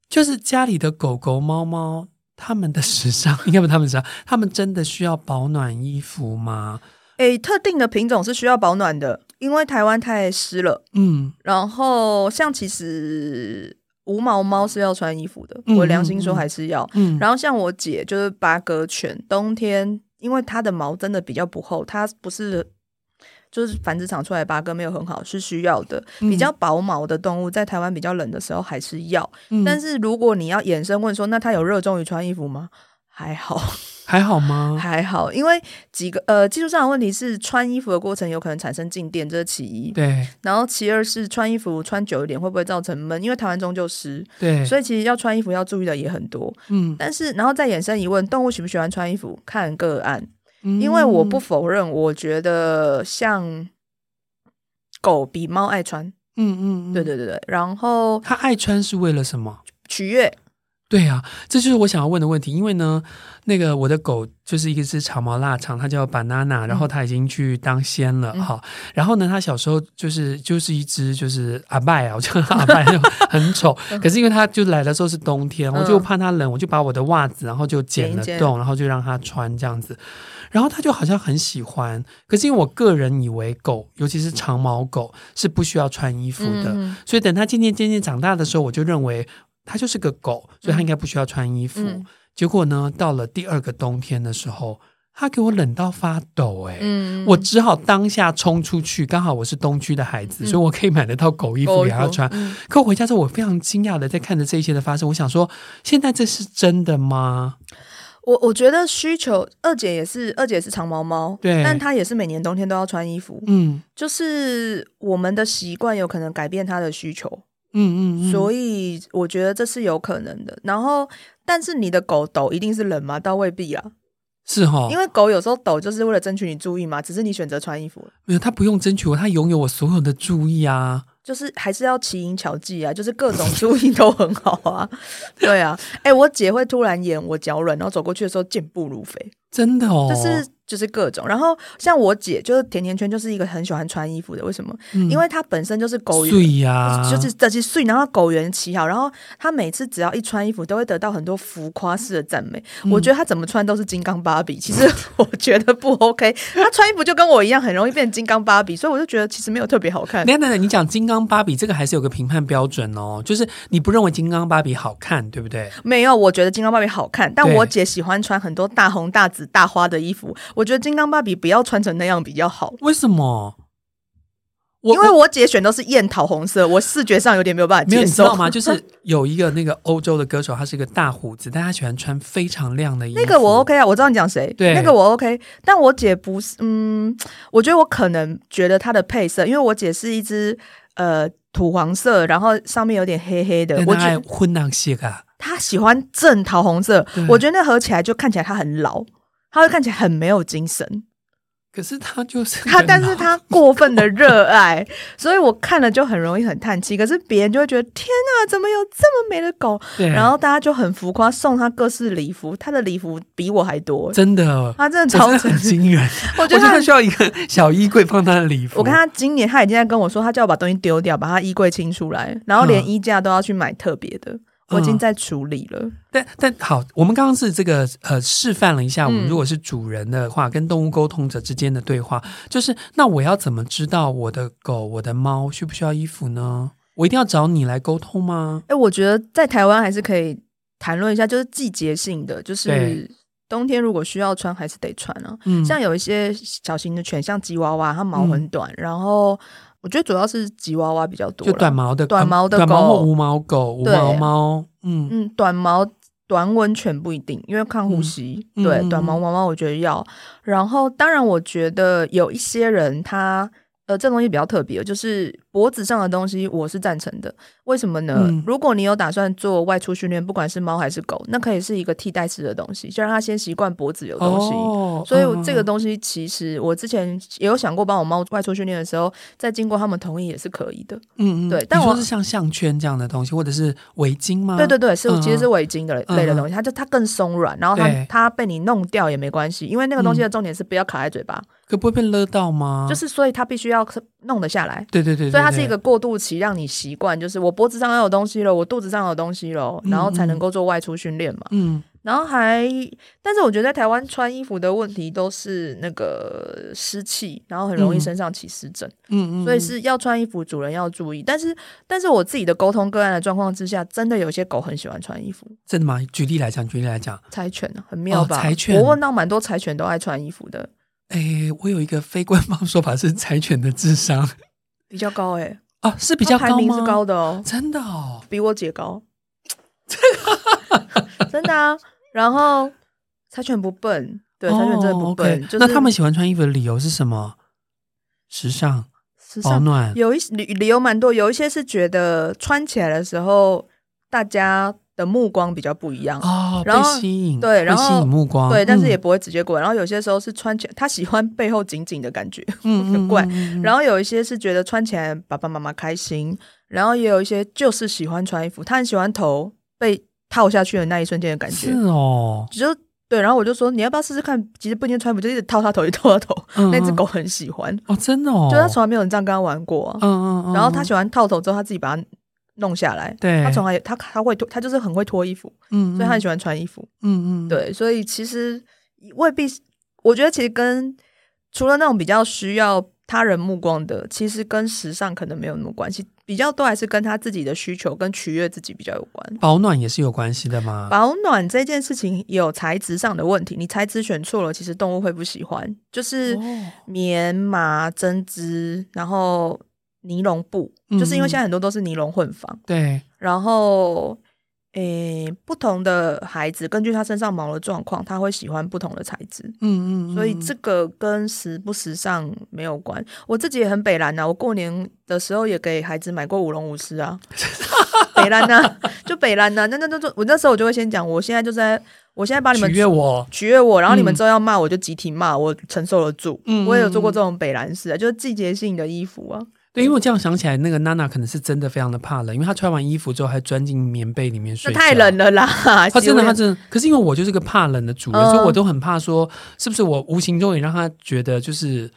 Speaker 2: 就是家里的狗狗、猫猫，它们的时尚，应该不是它们的时尚，它们真的需要保暖衣服吗？
Speaker 3: 诶，特定的品种是需要保暖的，因为台湾太湿了。
Speaker 2: 嗯，
Speaker 3: 然后像其实无毛猫是要穿衣服的，
Speaker 2: 嗯
Speaker 3: 我良心
Speaker 2: 嗯
Speaker 3: 说
Speaker 2: 嗯
Speaker 3: 还是要。
Speaker 2: 嗯
Speaker 3: 然后像我姐就是八哥犬，冬天因为它的毛真的比较不厚，它不是就是繁殖场出来八哥没有很好，是需要的。
Speaker 2: 嗯
Speaker 3: 比较薄毛的动物在台湾比较冷的时候还是要，
Speaker 2: 嗯
Speaker 3: 但是如果你要衍生问说，那它有热衷于穿衣服吗？还 好，
Speaker 2: 还好吗？
Speaker 3: 还好，因为几个呃技术上的问题是穿衣服的过程有可能产生静电，这是其一。
Speaker 2: 对
Speaker 3: 然后其二是穿衣服穿久一点会不会造成闷？因为台湾终究湿，
Speaker 2: 对，
Speaker 3: 所
Speaker 2: 以
Speaker 3: 以其实要穿衣服要注意的也很多。
Speaker 2: 嗯，
Speaker 3: 但是，然后再衍生疑问：动物喜不喜欢穿衣服？看个案，
Speaker 2: 嗯
Speaker 3: 因为我不否认，我觉得像狗比猫爱穿，
Speaker 2: 嗯嗯，嗯
Speaker 3: 对，对对对。然后
Speaker 2: 它爱穿是为了什么？
Speaker 3: 取悦，
Speaker 2: 对啊，这就是我想要问的问题。因为呢，那个我的狗就是一个是长毛腊肠，它叫 banana，然后它已经去当仙了
Speaker 3: 嗯
Speaker 2: 哈、然后呢，它小时候就是就是一只就是阿拜啊，我叫它阿拜， 就很丑。可是因为它就来的时候是冬天，我就
Speaker 3: 嗯
Speaker 2: 怕它冷，我就把我的袜子然后就剪了
Speaker 3: 剪一剪
Speaker 2: 洞，然后就让它穿这样子。然后它就好像很喜欢，可是因为我个人以为狗，尤其是长毛狗是不需要穿衣服的，
Speaker 3: 嗯
Speaker 2: 所以等它渐渐渐渐长大的时候，我就认为它就是个狗，所以它应该不需要穿衣服。
Speaker 3: 嗯
Speaker 2: 结果呢，到了第二个冬天的时候，它给我冷到发抖、欸，
Speaker 3: 嗯
Speaker 2: 我只好当下冲出去，刚好我是东区的孩子，
Speaker 3: 嗯
Speaker 2: 所以我可以买得到狗衣服
Speaker 3: 狗衣
Speaker 2: 给它
Speaker 3: 服
Speaker 2: 穿。
Speaker 3: 嗯
Speaker 2: 可我回家之后，我非常惊讶的在看着这一切的发生，我想说，现在这是真的吗？
Speaker 3: 我我觉得需求二姐也是，二姐是长毛猫，
Speaker 2: 对
Speaker 3: 但她也是每年冬天都要穿衣服，
Speaker 2: 嗯
Speaker 3: 就是我们的习惯有可能改变她的需求，
Speaker 2: 嗯嗯嗯，
Speaker 3: 所
Speaker 2: 以
Speaker 3: 以我觉得这是有可能的。然后，但是你的狗抖一定是冷吗？倒未必啊，
Speaker 2: 是哈，
Speaker 3: 因为狗有时候抖就是为了争取你注意嘛，只是你选择穿衣服了，
Speaker 2: 没有它不用争取我，它拥有我所有的注意啊。
Speaker 3: 就是还是要奇淫巧技啊，就是各种注意都很好啊， 对啊。哎、我姐会突然演我脚软，然后走过去的时候健步如飞，
Speaker 2: 真的哦，
Speaker 3: 就是就是各种。然后像我姐，就是甜甜圈，就是一个很喜欢穿衣服的。为什么？
Speaker 2: 嗯
Speaker 3: 因为她本身就是狗
Speaker 2: 碎
Speaker 3: 缘，
Speaker 2: 呀、
Speaker 3: 就是这些碎，然后狗缘奇好。然后她每次只要一穿衣服，都会得到很多浮夸式的赞美。我
Speaker 2: 嗯
Speaker 3: 觉得她怎么穿都是金刚芭比，其实我觉得不 OK。她穿衣服就跟我一样，很容易变金刚芭比，所以我就觉得其实没有特别好看。
Speaker 2: 等一下等等，你讲金刚芭比这个还是有个评判标准哦，就是你不认为金刚芭比好看，对不对？
Speaker 3: 没有，我觉得金刚芭比好看，但
Speaker 2: 对
Speaker 3: 我姐喜欢穿很多大红大紫大花的衣服。我觉得金刚芭比不要穿成那样比较好。
Speaker 2: 为什么？我
Speaker 3: 因为我姐选都是艳桃红色，我视觉上有点没有办法
Speaker 2: 没有，
Speaker 3: 接
Speaker 2: 你知
Speaker 3: 受
Speaker 2: 道吗？就是有一个那个欧洲的歌手，他是一个大胡子，但他喜欢穿非常亮的衣服。
Speaker 3: 那个我 OK 啊，我知道你讲谁，
Speaker 2: 对
Speaker 3: 那个我 OK，但我姐不是，嗯，我觉得我可能觉得她的配色，因为我姐是一只呃土黄色，然后上面有点黑黑的
Speaker 2: 但，
Speaker 3: 我
Speaker 2: 他
Speaker 3: 觉
Speaker 2: 爱
Speaker 3: 得
Speaker 2: 混浪些啊，
Speaker 3: 她喜欢正桃红色
Speaker 2: 对，
Speaker 3: 我觉得那合起来就看起来她很老，她会看起来很没有精神，
Speaker 2: 可是他就是
Speaker 3: 她
Speaker 2: 很
Speaker 3: 但 是
Speaker 2: 老
Speaker 3: 她过分的热爱，所以我看了就很容易很叹气，可是别人就会觉得天啊，怎么有这么美的狗？
Speaker 2: 对，
Speaker 3: 然后大家就很浮夸送他各式礼服，他的礼服比我还多，
Speaker 2: 真的。
Speaker 3: 他真的
Speaker 2: 我
Speaker 3: 超
Speaker 2: 真的很惊人，
Speaker 3: 我
Speaker 2: 我
Speaker 3: 觉得
Speaker 2: 觉得
Speaker 3: 他
Speaker 2: 他需要一个小衣柜放他的礼服。
Speaker 3: 我看他今年他已经在跟我说，他叫我把东西丢掉，把他衣柜清出来，然后连
Speaker 2: 嗯
Speaker 3: 衣架都要去买特别的。我已经在处理了，
Speaker 2: 但但好，我们刚刚是这个呃示范了一下，我们
Speaker 3: 嗯
Speaker 2: 如果是主人的话，跟动物沟通者之间的对话，就是那我要怎么知道我的狗、我的猫需不需要衣服呢？我一定要找你来沟通吗？
Speaker 3: 哎、我觉得在台湾还是可以谈论一下，就是季节性的，就
Speaker 2: 对
Speaker 3: 是冬天如果需要穿还是得穿啊。
Speaker 2: 嗯，
Speaker 3: 像有一些小型的犬，像吉娃娃，它毛很短，然后我觉得主要是吉娃娃比较多
Speaker 2: 就
Speaker 3: 啦，
Speaker 2: 短毛的
Speaker 3: 啊
Speaker 2: 嗯
Speaker 3: 短毛的
Speaker 2: 短毛或
Speaker 3: 狗
Speaker 2: 无毛狗、无
Speaker 3: 对
Speaker 2: 毛猫，嗯，
Speaker 3: 嗯，短毛短吻犬不一定，因为看呼吸。
Speaker 2: 嗯
Speaker 3: 对，
Speaker 2: 嗯
Speaker 3: 短毛毛毛我觉得要。然后，当然我觉得有一些人他。呃，这东西比较特别，就是脖子上的东西，我是赞成的。为什么呢？
Speaker 2: 嗯
Speaker 3: 如果你有打算做外出训练，不管是猫还是狗，那可以是一个替代式的东西，就让它先习惯脖子有东西。
Speaker 2: 哦
Speaker 3: 所以我这个
Speaker 2: 嗯
Speaker 3: 东西，其实我之前也有想过，帮我猫外出训练的时候，再经过他们同意也是可以的。
Speaker 2: 嗯嗯，
Speaker 3: 对但
Speaker 2: 你说
Speaker 3: 我
Speaker 2: 是像项圈这样的东西，或者是围巾吗？
Speaker 3: 对对对，是
Speaker 2: 嗯
Speaker 3: 其实是围巾的
Speaker 2: 嗯
Speaker 3: 类的东西，它就它更松软，然后它
Speaker 2: 对
Speaker 3: 它被你弄掉也没关系，因为那个东西
Speaker 2: 嗯
Speaker 3: 的重点是不要卡在嘴巴，
Speaker 2: 可不会被勒到吗？
Speaker 3: 就是所以它必须要弄得下来。
Speaker 2: 对对对，
Speaker 3: 所以它
Speaker 2: 对
Speaker 3: 是一个过渡期，让你习惯，就是我脖子上要有东西了，我肚子上要有东西了，
Speaker 2: 嗯
Speaker 3: 然后才
Speaker 2: 嗯
Speaker 3: 能够做外出训练嘛。
Speaker 2: 嗯，
Speaker 3: 然后还，但是我觉得在台湾穿衣服的问题都是那个湿气，然后很容易
Speaker 2: 嗯
Speaker 3: 身上起湿疹。
Speaker 2: 嗯嗯嗯，
Speaker 3: 所以是要穿衣服，主人要注意。但是，但是我自己的沟通个案的状况之下，真的有些狗很喜欢穿衣服，
Speaker 2: 真的吗？举例来讲，举例来讲，
Speaker 3: 柴犬啊很妙
Speaker 2: 哦
Speaker 3: 吧？
Speaker 2: 柴犬
Speaker 3: 我问到蛮多柴犬都爱穿衣服的，
Speaker 2: 诶，我有一个非官方说法是柴犬的智商
Speaker 3: 比较高哎、
Speaker 2: 哦，是比较
Speaker 3: 它
Speaker 2: 高
Speaker 3: 排名
Speaker 2: 吗？
Speaker 3: 是高的哦，
Speaker 2: 真的哦，
Speaker 3: 比我姐高， 真的啊。然后柴犬不笨，对，柴犬真的
Speaker 2: 哦
Speaker 3: 不
Speaker 2: ，OK
Speaker 3: 笨，就是
Speaker 2: 那他们喜欢穿衣服的理由是什么？时尚、
Speaker 3: 时
Speaker 2: 保
Speaker 3: 尚
Speaker 2: 暖，
Speaker 3: 有一理理由蛮多，有一些是觉得穿起来的时候，大家的目光比较不一样。
Speaker 2: 哦，
Speaker 3: 然
Speaker 2: 被
Speaker 3: 后
Speaker 2: 吸引，
Speaker 3: 对然
Speaker 2: 被吸
Speaker 3: 后
Speaker 2: 引目光，
Speaker 3: 对，但是
Speaker 2: 嗯
Speaker 3: 也不会直接过来。然后有些时候是穿起来，他喜欢背后紧紧的感觉，
Speaker 2: 嗯
Speaker 3: 很怪。
Speaker 2: 嗯嗯
Speaker 3: 然后有一些是觉得穿起来爸爸妈妈开心，然后也有一些就是喜欢穿衣服，他很喜欢头被套下去的那一瞬间的感觉
Speaker 2: 是，哦，
Speaker 3: 就对。然后我就说你要不要试试看？其实不一定穿衣服，就一直套他头，一直套他头。
Speaker 2: 嗯
Speaker 3: 那只
Speaker 2: 嗯
Speaker 3: 狗很喜欢，
Speaker 2: 哦，真的哦，
Speaker 3: 就他从来没有人这样跟他玩过、啊。
Speaker 2: 嗯嗯嗯，
Speaker 3: 然后他喜欢套头之后，他自己把它弄下来。
Speaker 2: 对，
Speaker 3: 他从来他他会脱，他就是很会脱衣服，
Speaker 2: 嗯，
Speaker 3: 所以他很
Speaker 2: 嗯
Speaker 3: 喜欢穿衣服。
Speaker 2: 嗯嗯，
Speaker 3: 对，所以其实未必是，我觉得其实跟除了那种比较需要他人目光的，其实跟时尚可能没有那么关系，比较多还是跟他自己的需求跟取悦自己比较有关。
Speaker 2: 保暖也是有关系的嘛。
Speaker 3: 保暖这件事情也有材质上的问题，你材质选错了，其实动物会不喜欢。就是
Speaker 2: 哦
Speaker 3: 棉、麻、针织，然后尼龙布，就是因为
Speaker 2: 嗯
Speaker 3: 现在很多都是尼龙混纺，
Speaker 2: 对，
Speaker 3: 然后，诶，不同的孩子根据他身上毛的状况，他会喜欢不同的材质，
Speaker 2: 嗯嗯，
Speaker 3: 所以
Speaker 2: 嗯
Speaker 3: 这个跟时不时尚没有关。我自己也很北兰呐、我过年的时候也给孩子买过舞龙舞狮 啊，北兰呐、就北兰呐、那那那就我那时候我就会先讲，我现在就在，我现在把你们
Speaker 2: 取悦我，
Speaker 3: 取悦我，然后你们
Speaker 2: 嗯
Speaker 3: 之后要骂我就集体骂，我承受得住。
Speaker 2: 嗯
Speaker 3: 我也有做过这种北兰式啊，就是季节性的衣服啊。
Speaker 2: 对，因为我这样想起来，那个娜娜可能是真的非常的怕冷，因为她穿完衣服之后还钻进棉被里面
Speaker 3: 那
Speaker 2: 睡，
Speaker 3: 太冷。了 啦！
Speaker 2: 她真
Speaker 3: 希
Speaker 2: 的，她
Speaker 3: 望
Speaker 2: 真的，可是因为我就是个怕冷的主人，
Speaker 3: 嗯
Speaker 2: 所以我都很怕说，是不是我无形中也让她觉得就是、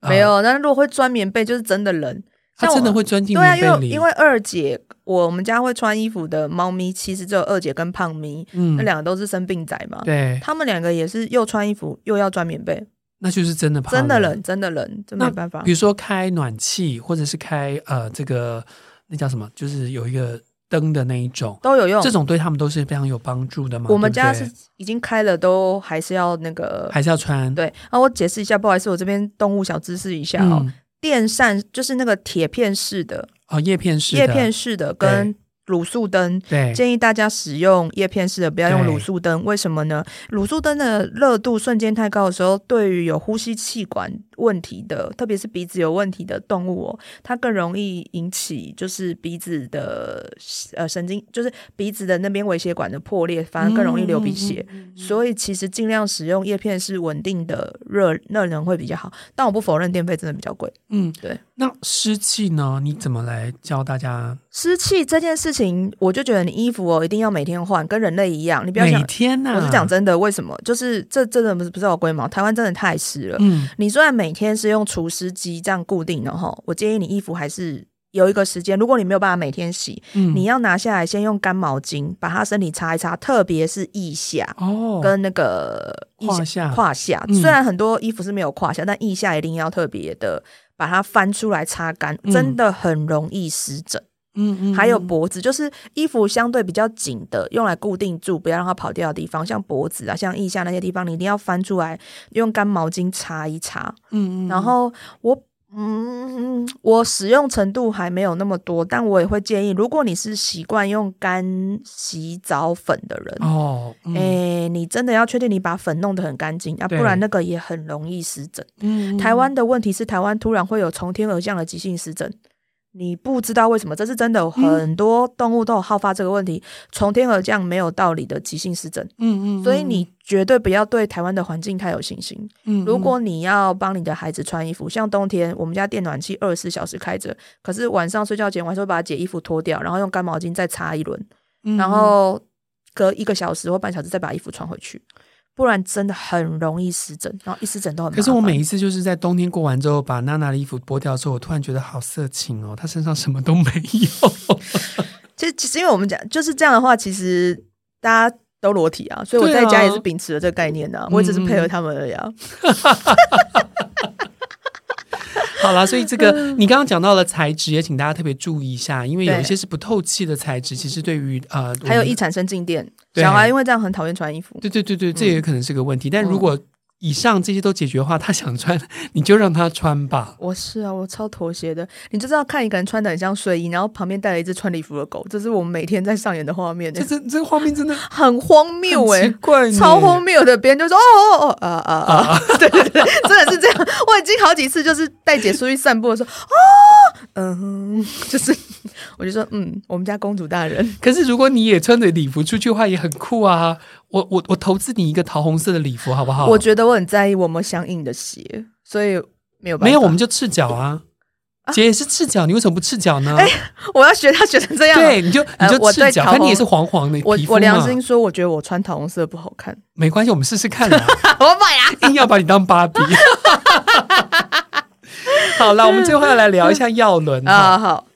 Speaker 2: 呃
Speaker 3: 没，有。但是如果会钻棉被，就是真的冷。
Speaker 2: 她
Speaker 3: 像
Speaker 2: 真的
Speaker 3: 我
Speaker 2: 会钻进
Speaker 3: 对啊，
Speaker 2: 棉
Speaker 3: 因为
Speaker 2: 被里，
Speaker 3: 因为二姐，我们家会穿衣服的猫咪，其实只有二姐跟胖咪，那
Speaker 2: 嗯，
Speaker 3: 两个都是生病仔嘛。
Speaker 2: 对，
Speaker 3: 他们两个也是又穿衣服又要钻棉被，
Speaker 2: 那就是真的怕啊
Speaker 3: 真的冷，真的冷，这
Speaker 2: 那
Speaker 3: 没办法
Speaker 2: 比。如说开暖气，或者是开呃这个那叫什么，就是有一个灯的那一种，
Speaker 3: 都有用
Speaker 2: 这。种对他们都是非常有帮助的嘛。
Speaker 3: 我们
Speaker 2: 对不
Speaker 3: 家
Speaker 2: 对
Speaker 3: 是已经开了，都还是要那个。
Speaker 2: 还是要穿
Speaker 3: 对，啊，我解释一下，不好意思，我这边动物小知识一下哦。
Speaker 2: 嗯
Speaker 3: 电扇就是那个铁片式的、
Speaker 2: 哦叶片式的
Speaker 3: 叶片式的跟卤素灯，
Speaker 2: 对
Speaker 3: 建议大家使用叶片式的，不要用
Speaker 2: 对
Speaker 3: 卤素灯。为什么呢？卤素灯的热度瞬间太高的时候，对于有呼吸器官问题的，特别是鼻子有问题的动物哦，它更容易引起就是鼻子的呃神经，就是鼻子的那边微血管的破裂，反而更容易流鼻血。
Speaker 2: 嗯
Speaker 3: 所以其实尽量使用叶片式稳定的热热能会比较好，但我不否认电费真的比较贵。
Speaker 2: 嗯，
Speaker 3: 对。
Speaker 2: 那湿气呢？你怎么来教大家？
Speaker 3: 湿气这件事情，我就觉得你衣服哦一定要每天换，跟人类一样，你不要
Speaker 2: 每
Speaker 3: 想
Speaker 2: 天啊呢、
Speaker 3: 我是讲，真的，为什么？就是这真的不是不是有龟毛，台湾真的太湿了。
Speaker 2: 嗯
Speaker 3: 你虽然每天是用除湿机这样固定的哈，我建议你衣服还是有一个时间，如果你没有办法每天洗，
Speaker 2: 嗯，
Speaker 3: 你要拿下来先用干毛巾把它身体擦一擦，特别是腋下。
Speaker 2: 哦
Speaker 3: 跟那个腋
Speaker 2: 胯下
Speaker 3: 胯下
Speaker 2: 嗯
Speaker 3: 虽然很多衣服是没有胯下，但腋下一定要特别的把它翻出来擦干，
Speaker 2: 嗯
Speaker 3: 真的很容易湿疹。
Speaker 2: 嗯嗯，
Speaker 3: 还有
Speaker 2: 嗯
Speaker 3: 脖子，就是衣服相对比较紧的，用来固定住，不要让它跑掉的地方，像脖子啊、像腋下那些地方，你一定要翻出来，用干毛巾擦一擦。
Speaker 2: 嗯嗯，
Speaker 3: 然后我。嗯，我使用程度还没有那么多，但我也会建议，如果你是习惯用干洗澡粉的人，
Speaker 2: 哦，
Speaker 3: 哎、
Speaker 2: 嗯
Speaker 3: 你真的要确定你把粉弄得很干净，啊，不
Speaker 2: 对
Speaker 3: 然那个也很容易湿疹。
Speaker 2: 嗯嗯
Speaker 3: 台湾的问题是，台湾突然会有从天而降的急性湿疹，你不知道为什么，这是真的
Speaker 2: 嗯
Speaker 3: 有，很多动物都有好发这个问题，从天而降没有道理的急性湿疹，
Speaker 2: 嗯嗯，
Speaker 3: 所以你绝对不要对台湾的环境太有信心。
Speaker 2: 嗯，嗯
Speaker 3: 如果你要帮你的孩子穿衣服，像冬天我们家电暖气二十四小时开着，可是晚上睡觉前我还是会把她姐衣服脱掉，然后用干毛巾再擦一轮，
Speaker 2: 嗯
Speaker 3: 然后隔一个小时或半小时再把衣服穿回去。不然真的很容易湿疹，然后一湿疹都很麻
Speaker 2: 可
Speaker 3: 烦。
Speaker 2: 是我每一次就是在冬天过完之后，把娜娜的衣服剥掉之后，我突然觉得好色情哦，她身上什么都没有。
Speaker 3: 其实，其实因为我们讲就是这样的话，其实大家都裸体啊，所以我
Speaker 2: 对
Speaker 3: 在
Speaker 2: 啊嗯
Speaker 3: 家也是秉持了这个概念的、啊，我也只是配合他们而已啊。
Speaker 2: 好啦，所以这个
Speaker 3: 嗯
Speaker 2: 你刚刚讲到了材质，也请大家特别注意一下，因为有一些是不透气的材质，其实对于呃，
Speaker 3: 还有
Speaker 2: 我们
Speaker 3: 易产生静电，
Speaker 2: 对
Speaker 3: 小孩因为这样很讨厌穿衣服。
Speaker 2: 对对对对，
Speaker 3: 嗯
Speaker 2: 这也可能是个问题。但如果以上这些都解决的话，他想穿你就让他穿吧。
Speaker 3: 我是啊，我超妥协的。你就知道看一个人穿的很像睡衣，然后旁边带了一只穿礼服的狗，这是我们每天在上演的画面、
Speaker 2: 这
Speaker 3: 欸，
Speaker 2: 这这个画面真的
Speaker 3: 很荒谬哎、
Speaker 2: 很奇怪呢，
Speaker 3: 超荒谬的，别人就说哦哦哦啊啊啊， 对对对，真的是这样。我已经好几次就是带姐出去散步的时候，哦，嗯， 就是我就说嗯，我们家公主大人，
Speaker 2: 可是如果你也穿着礼服出去的话，也很酷啊！我我我投资你一个桃红色的礼服，好不好？
Speaker 3: 我觉得我很在意我们相应的鞋，所以没有办法
Speaker 2: 没有，我们就赤脚啊。姐也是赤脚，你为什么不赤脚呢？
Speaker 3: 我要学他学成这样啊。
Speaker 2: 对，你就你
Speaker 3: 哎呃
Speaker 2: 就
Speaker 3: 我
Speaker 2: 赤
Speaker 3: 对
Speaker 2: 脚，
Speaker 3: 桃
Speaker 2: 反正你也
Speaker 3: 红
Speaker 2: 是黄黄的
Speaker 3: 我
Speaker 2: 皮肤
Speaker 3: 我良
Speaker 2: 嘛
Speaker 3: 心说，我觉得我穿桃红色不好看。
Speaker 2: 没 关系，我啊们试试 看啦。
Speaker 3: 我买呀，
Speaker 2: 硬要把你当芭比。 好啦，我们最后要来聊一下耀伦 啊，
Speaker 3: 啊，好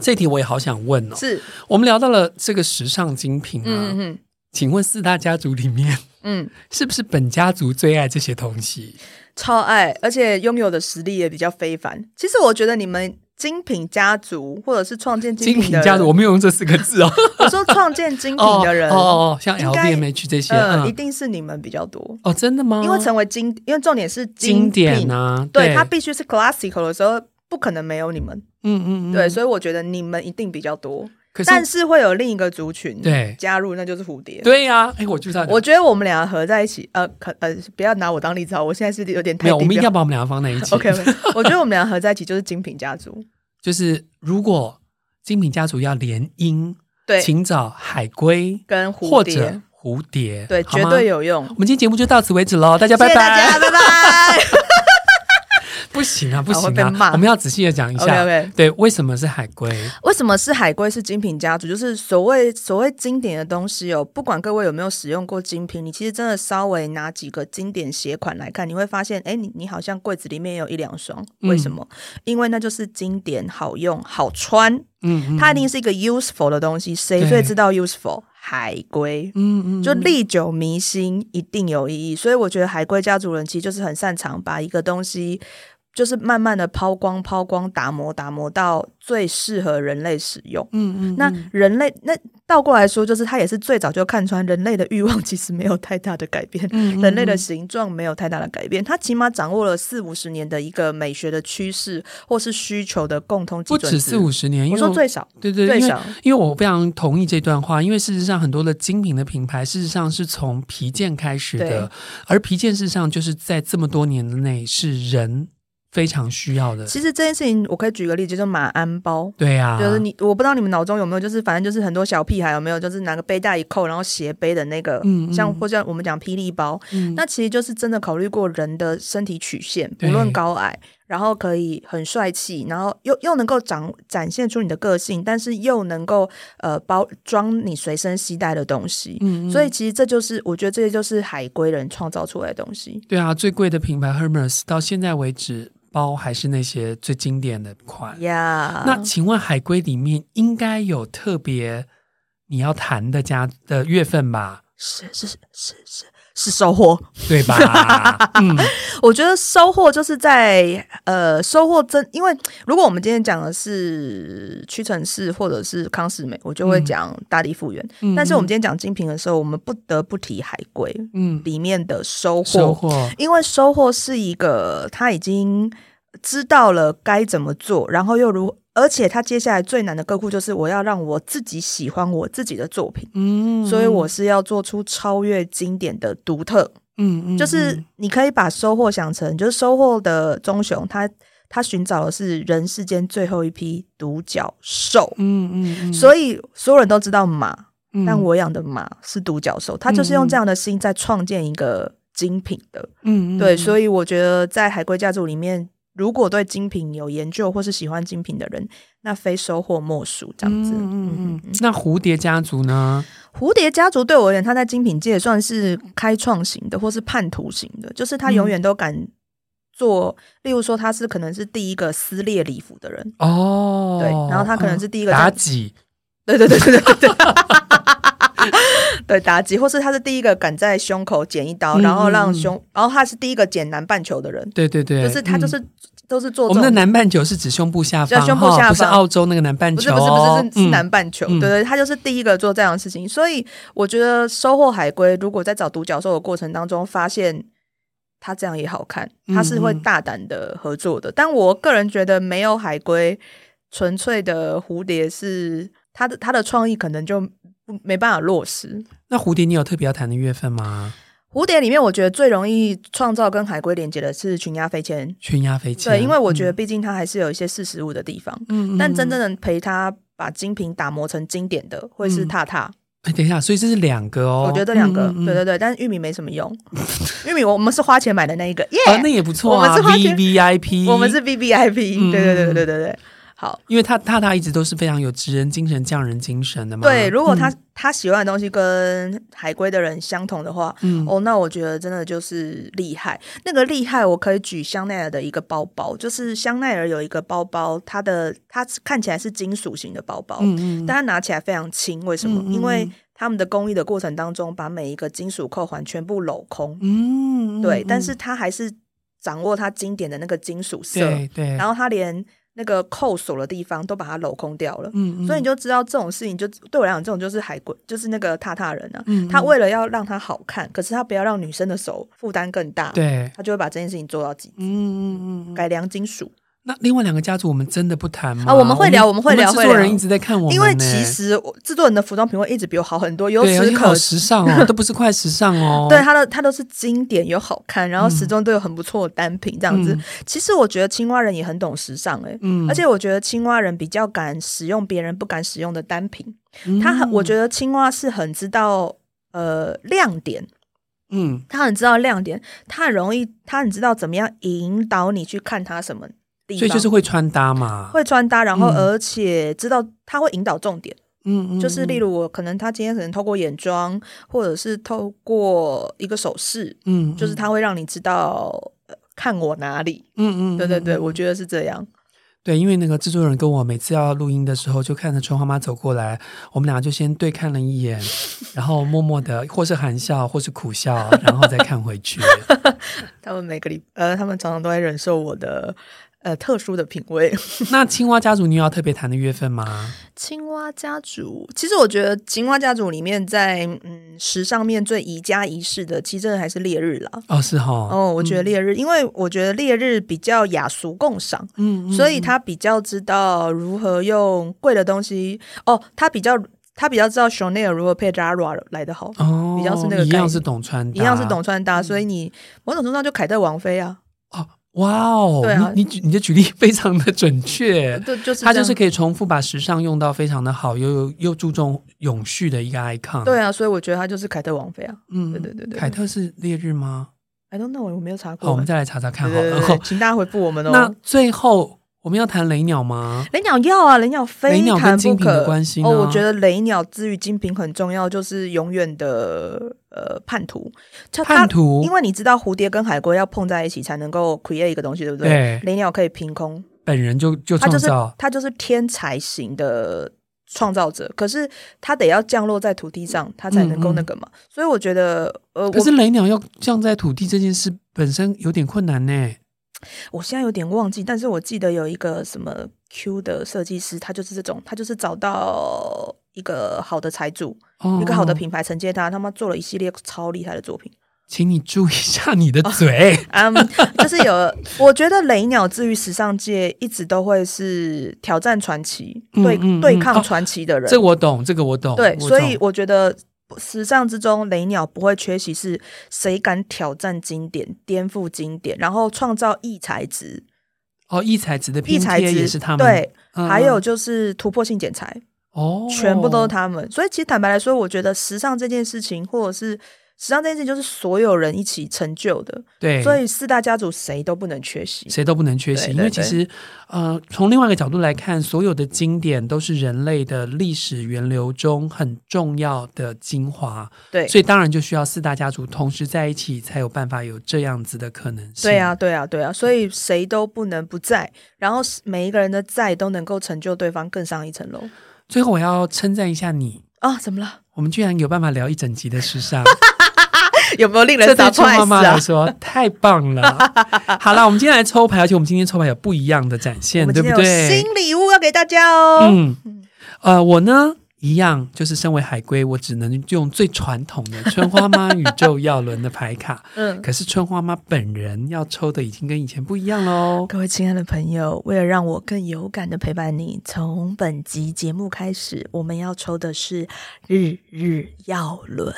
Speaker 2: 这题我也好想问哦。
Speaker 3: 是，
Speaker 2: 我们聊到了这个时尚精品啊，
Speaker 3: 嗯嗯
Speaker 2: 请问四大家族里面
Speaker 3: 嗯，
Speaker 2: 是不是本家族最爱这些东西？
Speaker 3: 超爱，而且拥有的实力也比较非凡。其实我觉得你们精品家族或者是创建
Speaker 2: 精
Speaker 3: 品的
Speaker 2: 品家族，我没有用这四个 字哦。
Speaker 3: 人，我说创建精 品的人，
Speaker 2: 哦哦哦，像
Speaker 3: 应该
Speaker 2: LVMH 这些，
Speaker 3: 嗯，一
Speaker 2: 嗯，
Speaker 3: 定是你们比较多，
Speaker 2: 哦，真的吗？
Speaker 3: 因为成为经，因为重点是
Speaker 2: 经典
Speaker 3: 呢，
Speaker 2: 啊，
Speaker 3: 对，它必须是 classical 的时候，不可能没有你们，
Speaker 2: 嗯嗯嗯，
Speaker 3: 对，所以我觉得你们一定比较多，
Speaker 2: 可是
Speaker 3: 但是会有另一个族群
Speaker 2: 对
Speaker 3: 加入，那就是蝴蝶，
Speaker 2: 对呀，哎，我就知道，
Speaker 3: 我觉得我们俩合在一起，呃，可呃，不要拿我当例子啊，我现在是有点太
Speaker 2: 没有，我
Speaker 3: 低
Speaker 2: 们一定
Speaker 3: 调
Speaker 2: 要。把我们两个放在一起。
Speaker 3: OK，我觉得我们俩合在一起就是精品家族。
Speaker 2: 就是如果精品家族要联姻，
Speaker 3: 对，
Speaker 2: 请找海龟
Speaker 3: 跟蝴
Speaker 2: 或
Speaker 3: 蝶
Speaker 2: 者，蝴蝶，
Speaker 3: 对，
Speaker 2: 好
Speaker 3: 绝
Speaker 2: 吗
Speaker 3: 对。有用。
Speaker 2: 我们今天节目就到此为止喽，大家
Speaker 3: 谢
Speaker 2: 拜
Speaker 3: 谢大
Speaker 2: 拜。
Speaker 3: 家，拜拜。
Speaker 2: 不行啊，不行
Speaker 3: 会被
Speaker 2: 啊
Speaker 3: 骂，
Speaker 2: 我们要仔细的讲一下。
Speaker 3: OK，OK
Speaker 2: 对，为什么是海龟？
Speaker 3: 为什么是海龟是精品家族？就是所谓所谓经典的东西哦，不管各位有没有使用过精品，你其实真的稍微拿几个经典鞋款来看，你会发现，哎，你你好像柜子里面有一两双，
Speaker 2: 嗯
Speaker 3: 为什么？因为那就是经典、好用、好穿，
Speaker 2: 嗯嗯，
Speaker 3: 它一定是一个 useful 的东西。谁
Speaker 2: 对
Speaker 3: 最知道 useful？海龟。
Speaker 2: 嗯嗯，
Speaker 3: 就历久弥新，一定有意义。所以我觉得海龟家族人其实就是很擅长把一个东西，就是慢慢的抛光、抛光、打磨、打磨到最适合人类使用。
Speaker 2: 嗯嗯，
Speaker 3: 那人类那倒过来说，就是他也是最早就看穿人类的欲望其实没有太大的改变，
Speaker 2: 嗯
Speaker 3: 人类的形状没有太大的改变。他起码掌握了四五十年的一个美学的趋势或是需求的共通基
Speaker 2: 不
Speaker 3: 准
Speaker 2: 止
Speaker 3: 值
Speaker 2: 四五十年，因
Speaker 3: 我
Speaker 2: 为
Speaker 3: 说最少
Speaker 2: 对对，
Speaker 3: 最
Speaker 2: 因为
Speaker 3: 少，
Speaker 2: 因为我非常同意这段话，因为事实上很多的精品的品牌，事实上是从皮件开始的
Speaker 3: 对，
Speaker 2: 而皮件事实上就是在这么多年内是人非常需要的。
Speaker 3: 其实这件事情我可以举个例子，就是马鞍包。
Speaker 2: 对啊呀、
Speaker 3: 就是你，我不知道你们脑中有没有，就是反正就是很多小屁孩有没有，就是拿个背带一扣，然后斜背的那个，
Speaker 2: 嗯嗯
Speaker 3: 像或者我们讲霹雳包，
Speaker 2: 嗯
Speaker 3: 那其实就是真的考虑过人的身体曲线，不
Speaker 2: 对
Speaker 3: 论高矮，然后可以很帅气，然后又又能够展展现出你的个性，但是又能够呃包装你随身携带的东西。
Speaker 2: 嗯嗯
Speaker 3: 所以其实这就是我觉得这就是海归人创造出来的东西。
Speaker 2: 对啊，最贵的品牌 Hermes 到现在为止包还是那些最经典的款。
Speaker 3: 呀、
Speaker 2: 那请问海龟里面应该有特别你要谈的家的月 份吧？
Speaker 3: 是是是是是是收获。
Speaker 2: 对吧？嗯，
Speaker 3: 我觉得收获就是在呃，收获真，因为如果我们今天讲的是屈臣氏或者是康士美，我就会讲大地复原。
Speaker 2: 嗯
Speaker 3: 但是我们今天讲精品的时候，我们不得不提海龟
Speaker 2: 嗯，
Speaker 3: 里面的收获，
Speaker 2: 收获
Speaker 3: 因为收获是一个他已经知道了该怎么做，然后又如。而且他接下来最难的客户就是我要让我自己喜欢我自己的作品，
Speaker 2: 嗯，
Speaker 3: 所以我是要做出超越经典的独特，
Speaker 2: 嗯嗯
Speaker 3: 就是你可以把收获想成，就是收获的棕熊，它它寻找的是人世间最后一批独角兽，
Speaker 2: 嗯嗯嗯，
Speaker 3: 所以所有人都知道马，
Speaker 2: 以
Speaker 3: 但我养的马是独角兽，它就是用这样的心在创建一个精品的。
Speaker 2: 嗯嗯
Speaker 3: 对，
Speaker 2: 嗯
Speaker 3: 所以我觉得在海龟家族里面，如果对精品有研究或是喜欢精品的人，那非收获莫属。这样子，
Speaker 2: 嗯嗯
Speaker 3: 嗯
Speaker 2: 嗯。那蝴蝶家族呢？
Speaker 3: 蝴蝶家族对我而言，它在精品界算是开创型的，或是叛徒型的，就是他
Speaker 2: 嗯
Speaker 3: 永远都敢做。例如说，他是可能是第一个撕裂礼服的人，
Speaker 2: 哦，
Speaker 3: 对然后他可能是第一个
Speaker 2: 妲己，
Speaker 3: 对对对对对对对，对妲己，或是他是第一个敢在胸口剪一刀，
Speaker 2: 嗯
Speaker 3: 然后
Speaker 2: 嗯
Speaker 3: 让
Speaker 2: 嗯
Speaker 3: 胸，然后他是第一个剪南半球的人，
Speaker 2: 对对对，
Speaker 3: 就是他就
Speaker 2: 嗯
Speaker 3: 是、都是做
Speaker 2: 我
Speaker 3: 这
Speaker 2: 们的
Speaker 3: 种。
Speaker 2: 南半球是指胸部下方，
Speaker 3: 对胸部
Speaker 2: 哈
Speaker 3: 下
Speaker 2: 不是
Speaker 3: 方
Speaker 2: 澳洲那个南半
Speaker 3: 不是
Speaker 2: 球
Speaker 3: 不是
Speaker 2: 哦，
Speaker 3: 不是是是
Speaker 2: 嗯
Speaker 3: 南半球，
Speaker 2: 嗯
Speaker 3: 对对，他就是第一个做这样的事情，所以我觉得收获海龟，如果在找独角兽的过程当中发现他这样也好看，
Speaker 2: 嗯
Speaker 3: 他是会大胆的合作的。但我个人觉得没有海龟，纯粹的蝴蝶是他的他的创意可能就不没办法落实。
Speaker 2: 那蝴蝶，你有特别要谈的月份吗？
Speaker 3: 蝴蝶里面，我觉得最容易创造跟海龟连接的是群鸦飞迁，
Speaker 2: 悬崖飞迁，
Speaker 3: 对，因为我觉得
Speaker 2: 嗯，
Speaker 3: 毕竟它还是有一些识时务的地方。
Speaker 2: 嗯嗯
Speaker 3: 但真
Speaker 2: 嗯
Speaker 3: 正能陪他把精品打磨成经典的，会是
Speaker 2: 嗯
Speaker 3: 踏踏。
Speaker 2: 哎，等一下，所以这是两个哦。
Speaker 3: 我觉得这两个，
Speaker 2: 嗯嗯嗯
Speaker 3: 对对对，但是玉米没什么 用，玉米我们是花钱买的那一个，耶、
Speaker 2: 啊，那也不错
Speaker 3: 我
Speaker 2: 啊。
Speaker 3: 们是花
Speaker 2: V
Speaker 3: 钱
Speaker 2: V I P，
Speaker 3: 我们是 B B I P，、
Speaker 2: 嗯
Speaker 3: 对对对对对对对。好，
Speaker 2: 因为他他他一直都是非常有职人精神、匠人精神的嘛。
Speaker 3: 对，如果他、
Speaker 2: 嗯
Speaker 3: 他喜欢的东西跟海龟的人相同的话，
Speaker 2: 嗯
Speaker 3: 哦，那我觉得真的就是厉害。那个厉害，我可以举香奈儿的一个包包，就是香奈儿有一个包包，它的它看起来是金属型的包包，
Speaker 2: 嗯嗯
Speaker 3: 但它拿起来非常轻。为什么？
Speaker 2: 嗯嗯
Speaker 3: 因为
Speaker 2: 嗯
Speaker 3: 他们的工艺的过程当中，把每一个金属扣环全部镂空，
Speaker 2: 嗯，嗯
Speaker 3: 对，
Speaker 2: 嗯
Speaker 3: 但是它还是掌握它经典的那个金属色，
Speaker 2: 对对，
Speaker 3: 然后它连那个扣锁的地方都把它镂空掉了。
Speaker 2: 嗯，嗯
Speaker 3: 所以你就知道这种事情就，对我来讲，这种就是海龟，就是那个踏踏人啊。
Speaker 2: 嗯
Speaker 3: 他
Speaker 2: 嗯
Speaker 3: 为了要让它好看，可是他不要让女生的手负担更大，
Speaker 2: 对，
Speaker 3: 他就会把这件事情做到极致，
Speaker 2: 嗯嗯嗯嗯。
Speaker 3: 改良金属。
Speaker 2: 那另外两个家族我们真的不谈吗？
Speaker 3: 啊我们会聊我们会聊
Speaker 2: 制作
Speaker 3: 会
Speaker 2: 人
Speaker 3: 聊
Speaker 2: 一直在看我们呢，
Speaker 3: 因为其实我制作人的服装品味一直比我好很多，由
Speaker 2: 对，而
Speaker 3: 此
Speaker 2: 且
Speaker 3: 可
Speaker 2: 好时 尚哦，都不是快时尚哦。
Speaker 3: 对它的它都是经典又好看，然后始终都有很不错的单品这样子。
Speaker 2: 嗯
Speaker 3: 其实我觉得青蛙人也很懂时尚哎、
Speaker 2: 嗯
Speaker 3: 而且我觉得青蛙人比较敢使用别人不敢使用的单品，
Speaker 2: 嗯
Speaker 3: 他很我觉得青蛙是很知道呃亮点，
Speaker 2: 嗯，
Speaker 3: 他很知道亮点，他很容易，他很知道怎么样引导你去看他什么地方，
Speaker 2: 所以就是会穿搭嘛，
Speaker 3: 会穿搭，然后
Speaker 2: 嗯
Speaker 3: 而且知道他会引导重点，
Speaker 2: 嗯嗯，
Speaker 3: 就是例
Speaker 2: 如
Speaker 3: 如我可能他今天可能透过眼妆，或者是透过一个手势，
Speaker 2: 嗯，
Speaker 3: 就是他会让你知道、呃、看我哪里。
Speaker 2: 嗯嗯，嗯
Speaker 3: 对对对，
Speaker 2: 嗯
Speaker 3: 我觉得是这样。
Speaker 2: 对，因为那个制作人跟我每次要录音的时候，就看着春花妈走过来，我们俩就先对看 了一眼，然后默默的或是含笑，或是 苦笑，然后再看回去。
Speaker 3: 他们每个礼呃，他们常常都在忍受我的呃特殊的品味。
Speaker 2: 那青蛙家族，你有要特别谈的月份吗？
Speaker 3: 青蛙家族，其实我觉得青蛙家族里面在嗯时尚面最宜家宜室的，其实真的还是烈日啦。
Speaker 2: 哦，是哈、
Speaker 3: 哦，我觉得烈日，因为我觉得烈日比较雅俗共赏，
Speaker 2: 嗯，嗯
Speaker 3: 所以他比较知道如何用贵的东西。哦，他比较他比较知道 Chanel 如何配 Zara 来的好，
Speaker 2: 哦，
Speaker 3: 比较是那个
Speaker 2: 一
Speaker 3: 概
Speaker 2: 样
Speaker 3: 念
Speaker 2: 是懂穿
Speaker 3: 一
Speaker 2: 搭，
Speaker 3: 样是懂穿搭，所以你某种程度上就凯特王妃啊，
Speaker 2: 哦。哇哦，
Speaker 3: 对啊
Speaker 2: 你你举你的举例非常的准确，
Speaker 3: 呃对，就是
Speaker 2: 他
Speaker 3: 这
Speaker 2: 就
Speaker 3: 样
Speaker 2: 是可以重复把时尚用到非常的好，又又又注重永续的一个 icon。
Speaker 3: 对啊，所以我觉得他就是凯特王妃啊。
Speaker 2: 嗯，
Speaker 3: 对对对对
Speaker 2: 凯特是烈日吗？
Speaker 3: I don't know，我没有查过。
Speaker 2: 好，我们再来查查看
Speaker 3: 对
Speaker 2: 好
Speaker 3: 对
Speaker 2: 了。
Speaker 3: 对对，请大家回复我们哦。
Speaker 2: 那最后我们要谈雷鸟吗？
Speaker 3: 雷鸟要啊，雷鸟非
Speaker 2: 雷鸟跟
Speaker 3: 谈
Speaker 2: 精
Speaker 3: 不
Speaker 2: 品的
Speaker 3: 可。
Speaker 2: 关系呢
Speaker 3: 哦，我觉得雷鸟之于精品很重要，就是永远的呃叛徒。它
Speaker 2: 叛徒
Speaker 3: 它因为你知道蝴蝶跟海龟要碰在一起才能够 create 一个东西，对不对？
Speaker 2: 对
Speaker 3: 雷鸟可以凭空，
Speaker 2: 本人就就
Speaker 3: 它
Speaker 2: 创
Speaker 3: 就是
Speaker 2: 造，
Speaker 3: 它就是天才型的创造者，可是它得要降落在土地上，它才能够
Speaker 2: 嗯嗯
Speaker 3: 那个嘛。所以我觉得，呃，
Speaker 2: 可是
Speaker 3: 我
Speaker 2: 雷鸟要降在土地这件事本身有点困难呢。
Speaker 3: 我现在有点忘记，但是我记得有一个什么 Q 的设计师，他就是这种，他就是找到一个好的财主。
Speaker 2: 哦
Speaker 3: 一个好的，品牌承接他，他妈做了一系列超厉害的作品。
Speaker 2: 请你注意一下你的嘴。
Speaker 3: 嗯、 就是有，我觉得雷鸟至于时尚界一直都会是挑战传奇、
Speaker 2: 嗯
Speaker 3: 对、
Speaker 2: 嗯嗯
Speaker 3: 对
Speaker 2: 哦
Speaker 3: 抗传奇的人。
Speaker 2: 这我懂，这个我懂。
Speaker 3: 对，
Speaker 2: 哦我
Speaker 3: 所
Speaker 2: 懂
Speaker 3: 以我觉得时尚之中雷鸟不会缺席，是谁敢挑战经典、颠覆经典，然后创造异材质、
Speaker 2: 哦，异材质的
Speaker 3: 异
Speaker 2: 拼
Speaker 3: 材
Speaker 2: 贴
Speaker 3: 质
Speaker 2: 也是他们，
Speaker 3: 对，
Speaker 2: 嗯
Speaker 3: 还有就是突破性剪裁。
Speaker 2: 哦，
Speaker 3: 全部都是他们。所以其实坦白来说，我觉得时尚这件事情，或者是时尚这件事情，就是所有人一起成就的。
Speaker 2: 对，
Speaker 3: 所以四大家族谁都不能缺席。
Speaker 2: 谁都不能缺席，
Speaker 3: 对
Speaker 2: 因为
Speaker 3: 对
Speaker 2: 其实，呃，从另外一个角度来看，所有的经典都是人类的历史源流中很重要的精华，
Speaker 3: 对，
Speaker 2: 所以当然就需要四大家族同时在一起，才有办法有这样子的可能性。
Speaker 3: 对啊，，对啊，对啊。所以谁都不能不在，然后每一个人的在都能够成就对方更上一层楼。
Speaker 2: 最后我要称赞一下你，
Speaker 3: 啊，怎么了？
Speaker 2: 我们居然有办法聊一整集的 时尚，
Speaker 3: 有没有令
Speaker 2: 这
Speaker 3: 人
Speaker 2: 对
Speaker 3: 傻
Speaker 2: 春
Speaker 3: 坏
Speaker 2: 妈
Speaker 3: 死
Speaker 2: 妈来
Speaker 3: 啊？
Speaker 2: 说太 棒了。好啦，我们今天来抽牌，而且我们今天抽牌有不一样的展
Speaker 3: 我
Speaker 2: 现，
Speaker 3: 们
Speaker 2: 对
Speaker 3: 今天
Speaker 2: 不
Speaker 3: 有
Speaker 2: 对？
Speaker 3: 新礼物要给大家哦。
Speaker 2: 嗯，呃，我呢一样，就是身为海龟，我只能用最传统的春花妈 宇宙药轮的牌卡。
Speaker 3: 嗯，
Speaker 2: 可是春花妈本人要抽的已经跟以前不一样喽。
Speaker 3: 各位亲爱的朋友，为了让我更有感的陪伴你，从本集节目开始，我们要抽的是日日耀轮。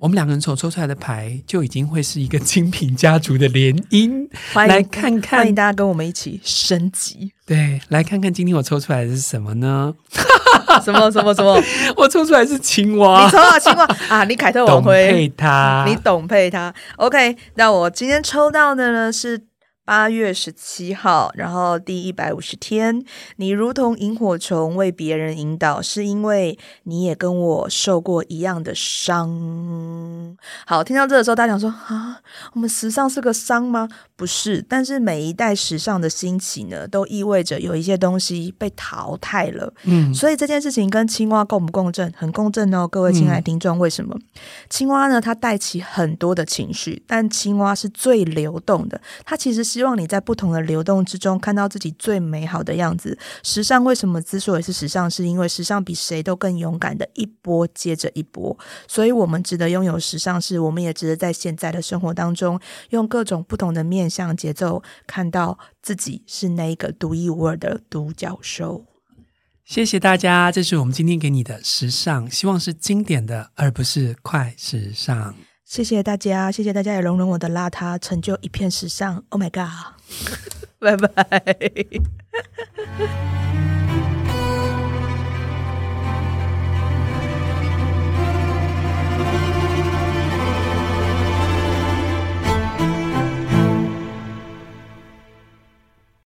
Speaker 2: 我们两个人所抽出来的牌就已经会是一个精品家族的联姻，
Speaker 3: 欢迎
Speaker 2: 来看
Speaker 3: 欢迎
Speaker 2: 看，
Speaker 3: 大家跟我们一起升级。
Speaker 2: 对，来看看今天我抽出来的是什么呢？
Speaker 3: 什么什么什 么，你
Speaker 2: 我抽出来是青蛙，
Speaker 3: 抽到青蛙啊，李凯特
Speaker 2: 懂
Speaker 3: 王
Speaker 2: 配
Speaker 3: 辉，
Speaker 2: 它，
Speaker 3: 你懂配他。OK，那我今天抽到的呢是。八月十七号，然后第一百五十天，你如同萤火虫为别人引导，是因为你也跟我受过一样的伤。好，听到这的时候，大家想说啊，我们时尚是个伤吗？不是，但是每一代时尚的兴起呢，都意味着有一些东西被淘汰了。
Speaker 2: 嗯，
Speaker 3: 所以这件事情跟青蛙共不共振，很共振哦，各位亲爱的听众。为什么？青蛙呢，它带起很多的情绪，但青蛙是最流动的。它其实希望你在不同的流动之中，看到自己最美好的样子。时尚为什么之所以是时尚，是因为时尚比谁都更勇敢的一波接着一波。所以我们值得拥有时尚是，我们也值得在现在的生活当中，用各种不同的面向节奏，看到自己是那一个独一无二的独角兽。
Speaker 2: 谢谢大家，这是我们今天给你的时尚，希望是经典的，而不是快时尚。
Speaker 3: 谢谢大家，谢谢大家也容忍我的邋遢，成就一片时尚。Oh my god！拜拜。